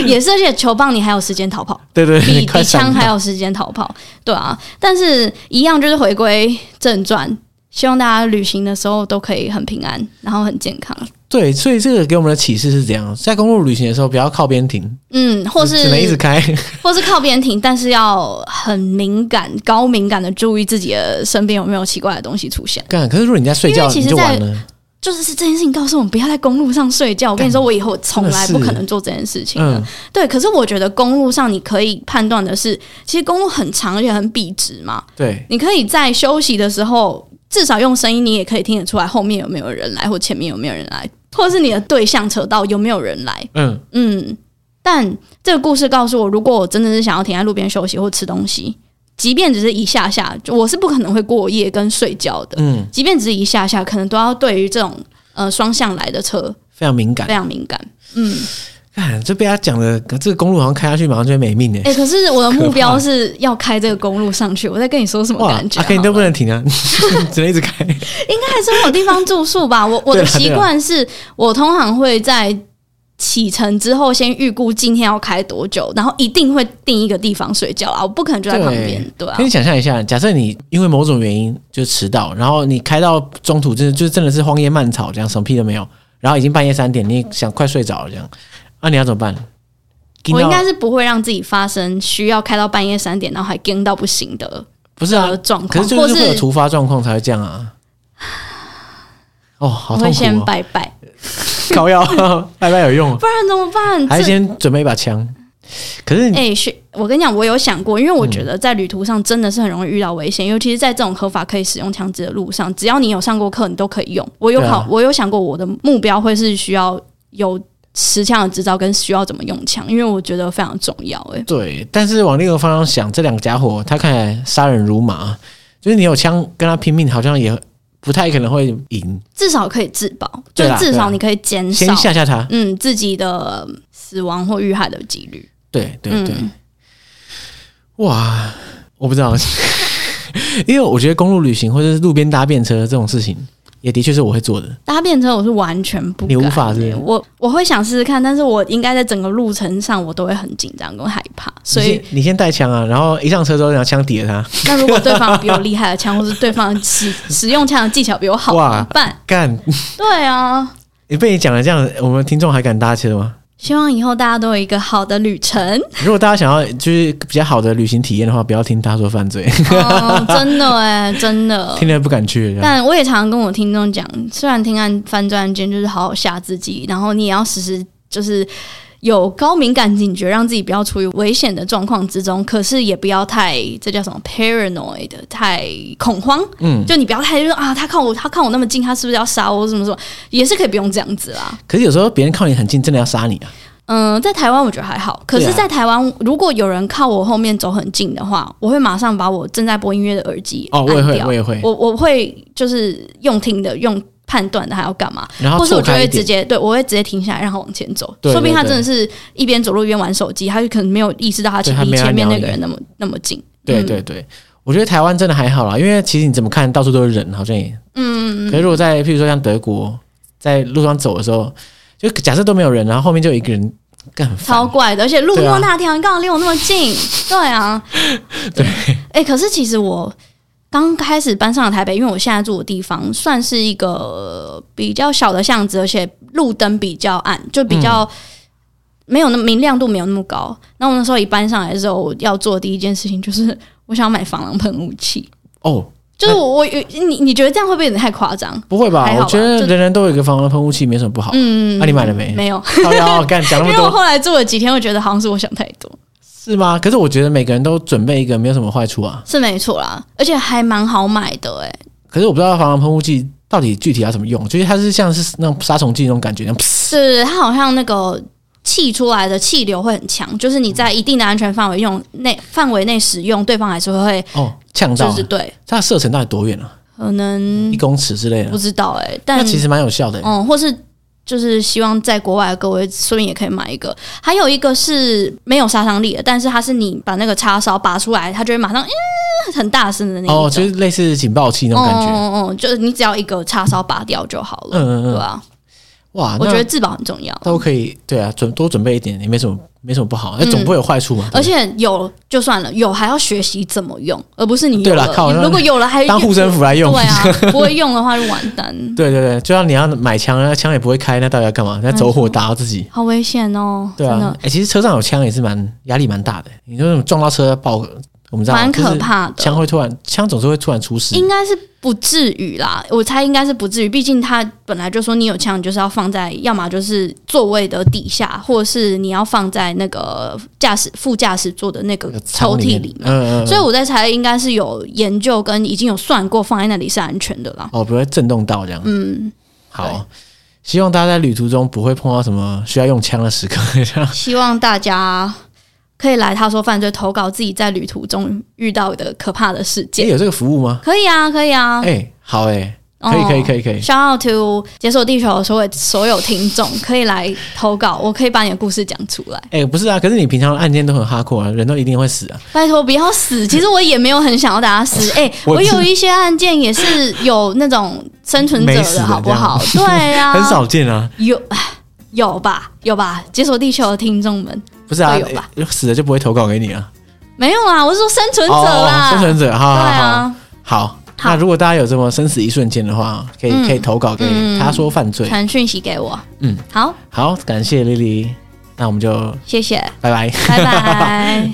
[SPEAKER 2] 也是，而且球棒你还有时间逃跑，
[SPEAKER 1] 对 对对，
[SPEAKER 2] 比
[SPEAKER 1] 快
[SPEAKER 2] 比
[SPEAKER 1] 闪
[SPEAKER 2] 枪还
[SPEAKER 1] 吧
[SPEAKER 2] 有时间逃跑，对啊。但是一样就是回归正传，希望大家旅行的时候都可以很平安，然后很健康。
[SPEAKER 1] 对，所以这个给我们的启示是怎样？在公路旅行的时候，不要靠边 停，
[SPEAKER 2] 嗯，或
[SPEAKER 1] 只能一直
[SPEAKER 2] 是
[SPEAKER 1] 开，
[SPEAKER 2] 或是靠边停，但是要很敏感、高敏感的注意自己的身边有没有奇怪的东西出现。
[SPEAKER 1] 干。可是如果你在睡觉，
[SPEAKER 2] 因为其
[SPEAKER 1] 你
[SPEAKER 2] 实
[SPEAKER 1] 就
[SPEAKER 2] 在
[SPEAKER 1] 完了。
[SPEAKER 2] 就是是这件事情告诉我们不要在公路上睡觉。我跟你说，我以后从来不可能做这件事情了。
[SPEAKER 1] 嗯，
[SPEAKER 2] 对，可是我觉得公路上你可以判断的是，其实公路很长而且很笔直嘛，
[SPEAKER 1] 对，
[SPEAKER 2] 你可以在休息的时候，至少用声音你也可以听得出来后面有没有人来，或前面有没有人来，或者是你的对向车道有没有人来。
[SPEAKER 1] 嗯，
[SPEAKER 2] 嗯，但这个故事告诉我，如果我真的是想要停在路边休息或吃东西，即便只是一下下，就我是不可能会过夜跟睡觉的。
[SPEAKER 1] 嗯，
[SPEAKER 2] 即便只是一下下，可能都要对于这种呃双向来的车
[SPEAKER 1] 非常敏感
[SPEAKER 2] 非。常敏感。嗯，
[SPEAKER 1] 看，这被他讲的，这个公路好像开下去马上就会没命哎、
[SPEAKER 2] 哎、可是我的
[SPEAKER 1] 可
[SPEAKER 2] 目
[SPEAKER 1] 怕
[SPEAKER 2] 标是要开这个公路上 去，我在跟你说什么
[SPEAKER 1] 哇，
[SPEAKER 2] 感觉、
[SPEAKER 1] 阿 K 你都不能停啊， 只能一直开。
[SPEAKER 2] 还是有地方住宿吧。我我的
[SPEAKER 1] 对啊啦对
[SPEAKER 2] 习
[SPEAKER 1] 啦
[SPEAKER 2] 惯是我通常会在启程之后先预估今天要开多久，然后一定会定一个地方睡觉啊，我不可能就在旁边，对啊
[SPEAKER 1] 可以。想象一下，假设你因为某种原因就迟到，然后你开到中途真的就真的是荒野漫草这样，什么屁都没有，然后已经半夜三点，你想快睡着了这样，啊，你要怎么办？
[SPEAKER 2] 我应该
[SPEAKER 1] 是
[SPEAKER 2] 是不会让自己发生需要开到半夜三点，然后还跟到不行的
[SPEAKER 1] 不是啊
[SPEAKER 2] 的？状
[SPEAKER 1] 可
[SPEAKER 2] 况，
[SPEAKER 1] 是就
[SPEAKER 2] 或
[SPEAKER 1] 是会有
[SPEAKER 2] 是
[SPEAKER 1] 突发状况才会这样啊。哦，好
[SPEAKER 2] 我
[SPEAKER 1] 痛
[SPEAKER 2] 会
[SPEAKER 1] 苦
[SPEAKER 2] 先
[SPEAKER 1] 哦！
[SPEAKER 2] 拜拜，
[SPEAKER 1] 膏药 拜拜有用，哦
[SPEAKER 2] 不然怎么办？
[SPEAKER 1] 还
[SPEAKER 2] 这
[SPEAKER 1] 是先准备一把枪。可是你
[SPEAKER 2] 哎、是我跟你讲，我有想过，因为
[SPEAKER 1] 嗯
[SPEAKER 2] 我觉得在旅途上真的是很容易遇到危险，尤其是在这种合法可以使用枪支的路上，只要你有上过课，你都可以用。我有
[SPEAKER 1] 对啊
[SPEAKER 2] 考，我有想过我的目标会是需要有持枪的执照跟需要怎么用枪，因为我觉得非常重要、哎，
[SPEAKER 1] 对，但是往另一个方向想，这两个家伙他看起来杀人如麻，就是你有枪跟他拼命，好像也不太可能会赢。
[SPEAKER 2] 至少可以自保，就
[SPEAKER 1] 对
[SPEAKER 2] 是
[SPEAKER 1] 啦
[SPEAKER 2] 至
[SPEAKER 1] 对啦
[SPEAKER 2] 少你可以减
[SPEAKER 1] 先
[SPEAKER 2] 少
[SPEAKER 1] 吓吓他，
[SPEAKER 2] 嗯自己的死亡或遇害的几率。
[SPEAKER 1] 对对对，
[SPEAKER 2] 嗯
[SPEAKER 1] 哇，我不知道， 因为我觉得公路旅行或者是路边搭便车这种事情，也的确是我会做的。
[SPEAKER 2] 搭便车我是完全不敢、
[SPEAKER 1] 你无法是不是
[SPEAKER 2] 哎我我会想试试看，但是我应该在整个路程上我都会很紧张跟害怕，所
[SPEAKER 1] 你
[SPEAKER 2] 以
[SPEAKER 1] 先你先带枪啊，然后一上车之后拿枪抵着他，
[SPEAKER 2] 那如果对方比我厉害的枪，或是对方使 使用枪的技巧比我好，怎
[SPEAKER 1] 哇
[SPEAKER 2] 么办？
[SPEAKER 1] 干！
[SPEAKER 2] 对啊，
[SPEAKER 1] 你被你讲的这样，我们听众还敢搭车 吗？
[SPEAKER 2] 希望以后大家都有一个好的 旅程。
[SPEAKER 1] 如果大家想要就是比较好的旅行体验的话，不要听他说犯罪，
[SPEAKER 2] 哦，真的哎、真的。
[SPEAKER 1] 听了不敢去了这样。
[SPEAKER 2] 但我也常常跟我听众讲，虽然听案犯罪案件就是好好吓自己，然后你也要时时就是有高敏感警觉，让自己不要处于危险的状况之中，可是也不要太这叫什么 paranoid，太恐慌。
[SPEAKER 1] 嗯，
[SPEAKER 2] 就你不要太就是啊，他靠我，他靠我那么近，他是不是要杀我？什么什么，也是可以不用这样子啦。
[SPEAKER 1] 可是有时候别人靠你很近，真的要杀你啊。
[SPEAKER 2] 嗯，在台湾我觉得还好，可
[SPEAKER 1] 对
[SPEAKER 2] 是，
[SPEAKER 1] 啊
[SPEAKER 2] 在台湾如果有人靠我后面走很近的话，我会马上把我正在播音乐的耳机
[SPEAKER 1] 哦，我也
[SPEAKER 2] 按
[SPEAKER 1] 会，
[SPEAKER 2] 啊掉
[SPEAKER 1] 我也会。
[SPEAKER 2] 我我会就是用听的，用判断的，还要干嘛？
[SPEAKER 1] 然后
[SPEAKER 2] 或是
[SPEAKER 1] 错
[SPEAKER 2] 我就
[SPEAKER 1] 开一
[SPEAKER 2] 会直
[SPEAKER 1] 点，
[SPEAKER 2] 接对我会直接停下来，然后往前走。
[SPEAKER 1] 对
[SPEAKER 2] 说不定
[SPEAKER 1] 对
[SPEAKER 2] 他
[SPEAKER 1] 对
[SPEAKER 2] 真的是一边走路一边玩手机，他就可能没有意识到他
[SPEAKER 1] 对
[SPEAKER 2] 前
[SPEAKER 1] 他
[SPEAKER 2] 离
[SPEAKER 1] 没有
[SPEAKER 2] 前面
[SPEAKER 1] 鸟
[SPEAKER 2] 那个
[SPEAKER 1] 你
[SPEAKER 2] 人那么那么近。
[SPEAKER 1] 对
[SPEAKER 2] 嗯
[SPEAKER 1] 对对。我觉得台湾真的还好啦，因为其实你怎么看到处都是人，好像也。嗯嗯可是如果在譬如说像德国，在路上走的时候，就假设都没有人，然后后面就有一个人，干很
[SPEAKER 2] 超
[SPEAKER 1] 烦。
[SPEAKER 2] 怪的，而且路
[SPEAKER 1] 对啊
[SPEAKER 2] 那么大条，你刚好离我那么近，对 啊，对，哎、可是其实我刚开始搬上了台北，因为我现在住的地方算是一个比较小的巷子，而且路灯比较暗，就比
[SPEAKER 1] 嗯
[SPEAKER 2] 较没有那么明亮度没有那么高。那我那时候一搬上来的时候，我要做的第一件事情就是我想要买防狼喷雾器，
[SPEAKER 1] 哦，
[SPEAKER 2] 就是我我你你觉得这样会不会有点太夸张？
[SPEAKER 1] 不会吧
[SPEAKER 2] 还？好
[SPEAKER 1] 我
[SPEAKER 2] 吧
[SPEAKER 1] 觉得
[SPEAKER 2] 就
[SPEAKER 1] 人人都有一个防狼喷雾器，没什么不好。
[SPEAKER 2] 嗯，
[SPEAKER 1] 啊你买了没
[SPEAKER 2] 没有，
[SPEAKER 1] 靠腰哎干讲那么
[SPEAKER 2] 因为我
[SPEAKER 1] 多
[SPEAKER 2] 后来做了几天，我觉得好像是我想太多，
[SPEAKER 1] 是吗？可是我觉得每个人都准备一个，没有什么坏处啊。
[SPEAKER 2] 是没错啦，而且还蛮好买的哎、
[SPEAKER 1] 可是我不知道防狼喷雾剂到底具体要怎么用，就是它是像是那种杀虫剂那种感觉，那种噗
[SPEAKER 2] 是它好像那个气出来的气流会很强，就是你在一定的安全范围用内范围内使用，对方还是会
[SPEAKER 1] 哦呛到
[SPEAKER 2] 就
[SPEAKER 1] 啊
[SPEAKER 2] 是。对，
[SPEAKER 1] 它的射程到底多远啊？
[SPEAKER 2] 可能
[SPEAKER 1] 一公尺之类
[SPEAKER 2] 不
[SPEAKER 1] 的，
[SPEAKER 2] 知道哎、
[SPEAKER 1] 嗯那
[SPEAKER 2] 但
[SPEAKER 1] 其实蛮有效的欸。
[SPEAKER 2] 嗯，或是就是希望在国外的各位，说不定也可以买一个。还有一个是没有杀伤力的，但是它是你把那个叉烧拔出来，它就会马上嗯很大声的那一种。
[SPEAKER 1] 哦，就是类似警报器那种感觉。
[SPEAKER 2] 嗯嗯嗯，就是你只要一个叉烧拔掉就好
[SPEAKER 1] 嗯
[SPEAKER 2] 了，
[SPEAKER 1] 嗯嗯
[SPEAKER 2] 对啊？
[SPEAKER 1] 哇，
[SPEAKER 2] 我
[SPEAKER 1] 那
[SPEAKER 2] 觉得自保很重要，
[SPEAKER 1] 都可以，对啊，准多准备一点，也没什么没什么不好，那总不会有坏处嘛。啊
[SPEAKER 2] 而且有就算了，有还要学习怎么用，而不是你有
[SPEAKER 1] 对啦靠
[SPEAKER 2] 你如果有了还
[SPEAKER 1] 当护身符来用
[SPEAKER 2] 对 啊，不会用的话就完蛋，
[SPEAKER 1] 对对对，就像你要买枪，那枪也不会开，那到底要干嘛？那走火打到自己。
[SPEAKER 2] 好危险哦，
[SPEAKER 1] 对
[SPEAKER 2] 真
[SPEAKER 1] 啊，
[SPEAKER 2] 的
[SPEAKER 1] 哎、其实车上有枪也是蛮压力蛮大的。你说撞到车爆，我们知道
[SPEAKER 2] 蛮
[SPEAKER 1] 就是
[SPEAKER 2] 可怕的。
[SPEAKER 1] 枪会突然，枪总是会突然出事。
[SPEAKER 2] 应该是不至于啦，我猜应该是不至于，毕竟他本来就说你有枪，你就是要放在，要么就是座位的底下，或是你要放在那个驾驶副驾驶座的那个
[SPEAKER 1] 那个仓
[SPEAKER 2] 抽屉
[SPEAKER 1] 面
[SPEAKER 2] 里面。
[SPEAKER 1] 嗯嗯，
[SPEAKER 2] 所以我在猜，应该是有研究跟已经有算过放在那里是安全的啦。
[SPEAKER 1] 哦，不会震动到这样。
[SPEAKER 2] 嗯，
[SPEAKER 1] 好，希望大家在旅途中不会碰到什么需要用枪的时刻。 这样
[SPEAKER 2] 希望大家可以来他说犯罪投稿自己在旅途中遇到的可怕的事
[SPEAKER 1] 哎、
[SPEAKER 2] 件。
[SPEAKER 1] 有这个服务吗？
[SPEAKER 2] 可以啊，可以啊哦
[SPEAKER 1] 哎、，好哎、可以可以可以可以。
[SPEAKER 2] Shout out to 解锁地球的所有所有听众，可以来投稿，我可以把你的故事讲出来。
[SPEAKER 1] 哎、不是啊，可是你平常的案件都很哈扣啊，人都一定会死啊。
[SPEAKER 2] 拜托不要 死，其实我也没有很想要大家死。哎、
[SPEAKER 1] 我
[SPEAKER 2] 我有一些案件也是有那种生存者
[SPEAKER 1] 没死的
[SPEAKER 2] 的好不好？对啊，
[SPEAKER 1] 很少见啊，
[SPEAKER 2] 有唉有吧有吧，解锁地球的听众们
[SPEAKER 1] 不是啊，
[SPEAKER 2] 会有吧
[SPEAKER 1] 欸死了就不会投稿给你啊。
[SPEAKER 2] 没有啊，我是说生存者啦，
[SPEAKER 1] 哦、生存者，好好
[SPEAKER 2] 对
[SPEAKER 1] 好。
[SPEAKER 2] 啊，
[SPEAKER 1] 好，那如果大家有这么生死一瞬间的话，可以、
[SPEAKER 2] 嗯
[SPEAKER 1] 可以投稿给
[SPEAKER 2] 嗯
[SPEAKER 1] 他说犯罪。
[SPEAKER 2] 传讯息给我。
[SPEAKER 1] 嗯，
[SPEAKER 2] 好，
[SPEAKER 1] 好，感谢莉莉，那我们就
[SPEAKER 2] 谢谢，
[SPEAKER 1] 拜拜。
[SPEAKER 2] 拜拜。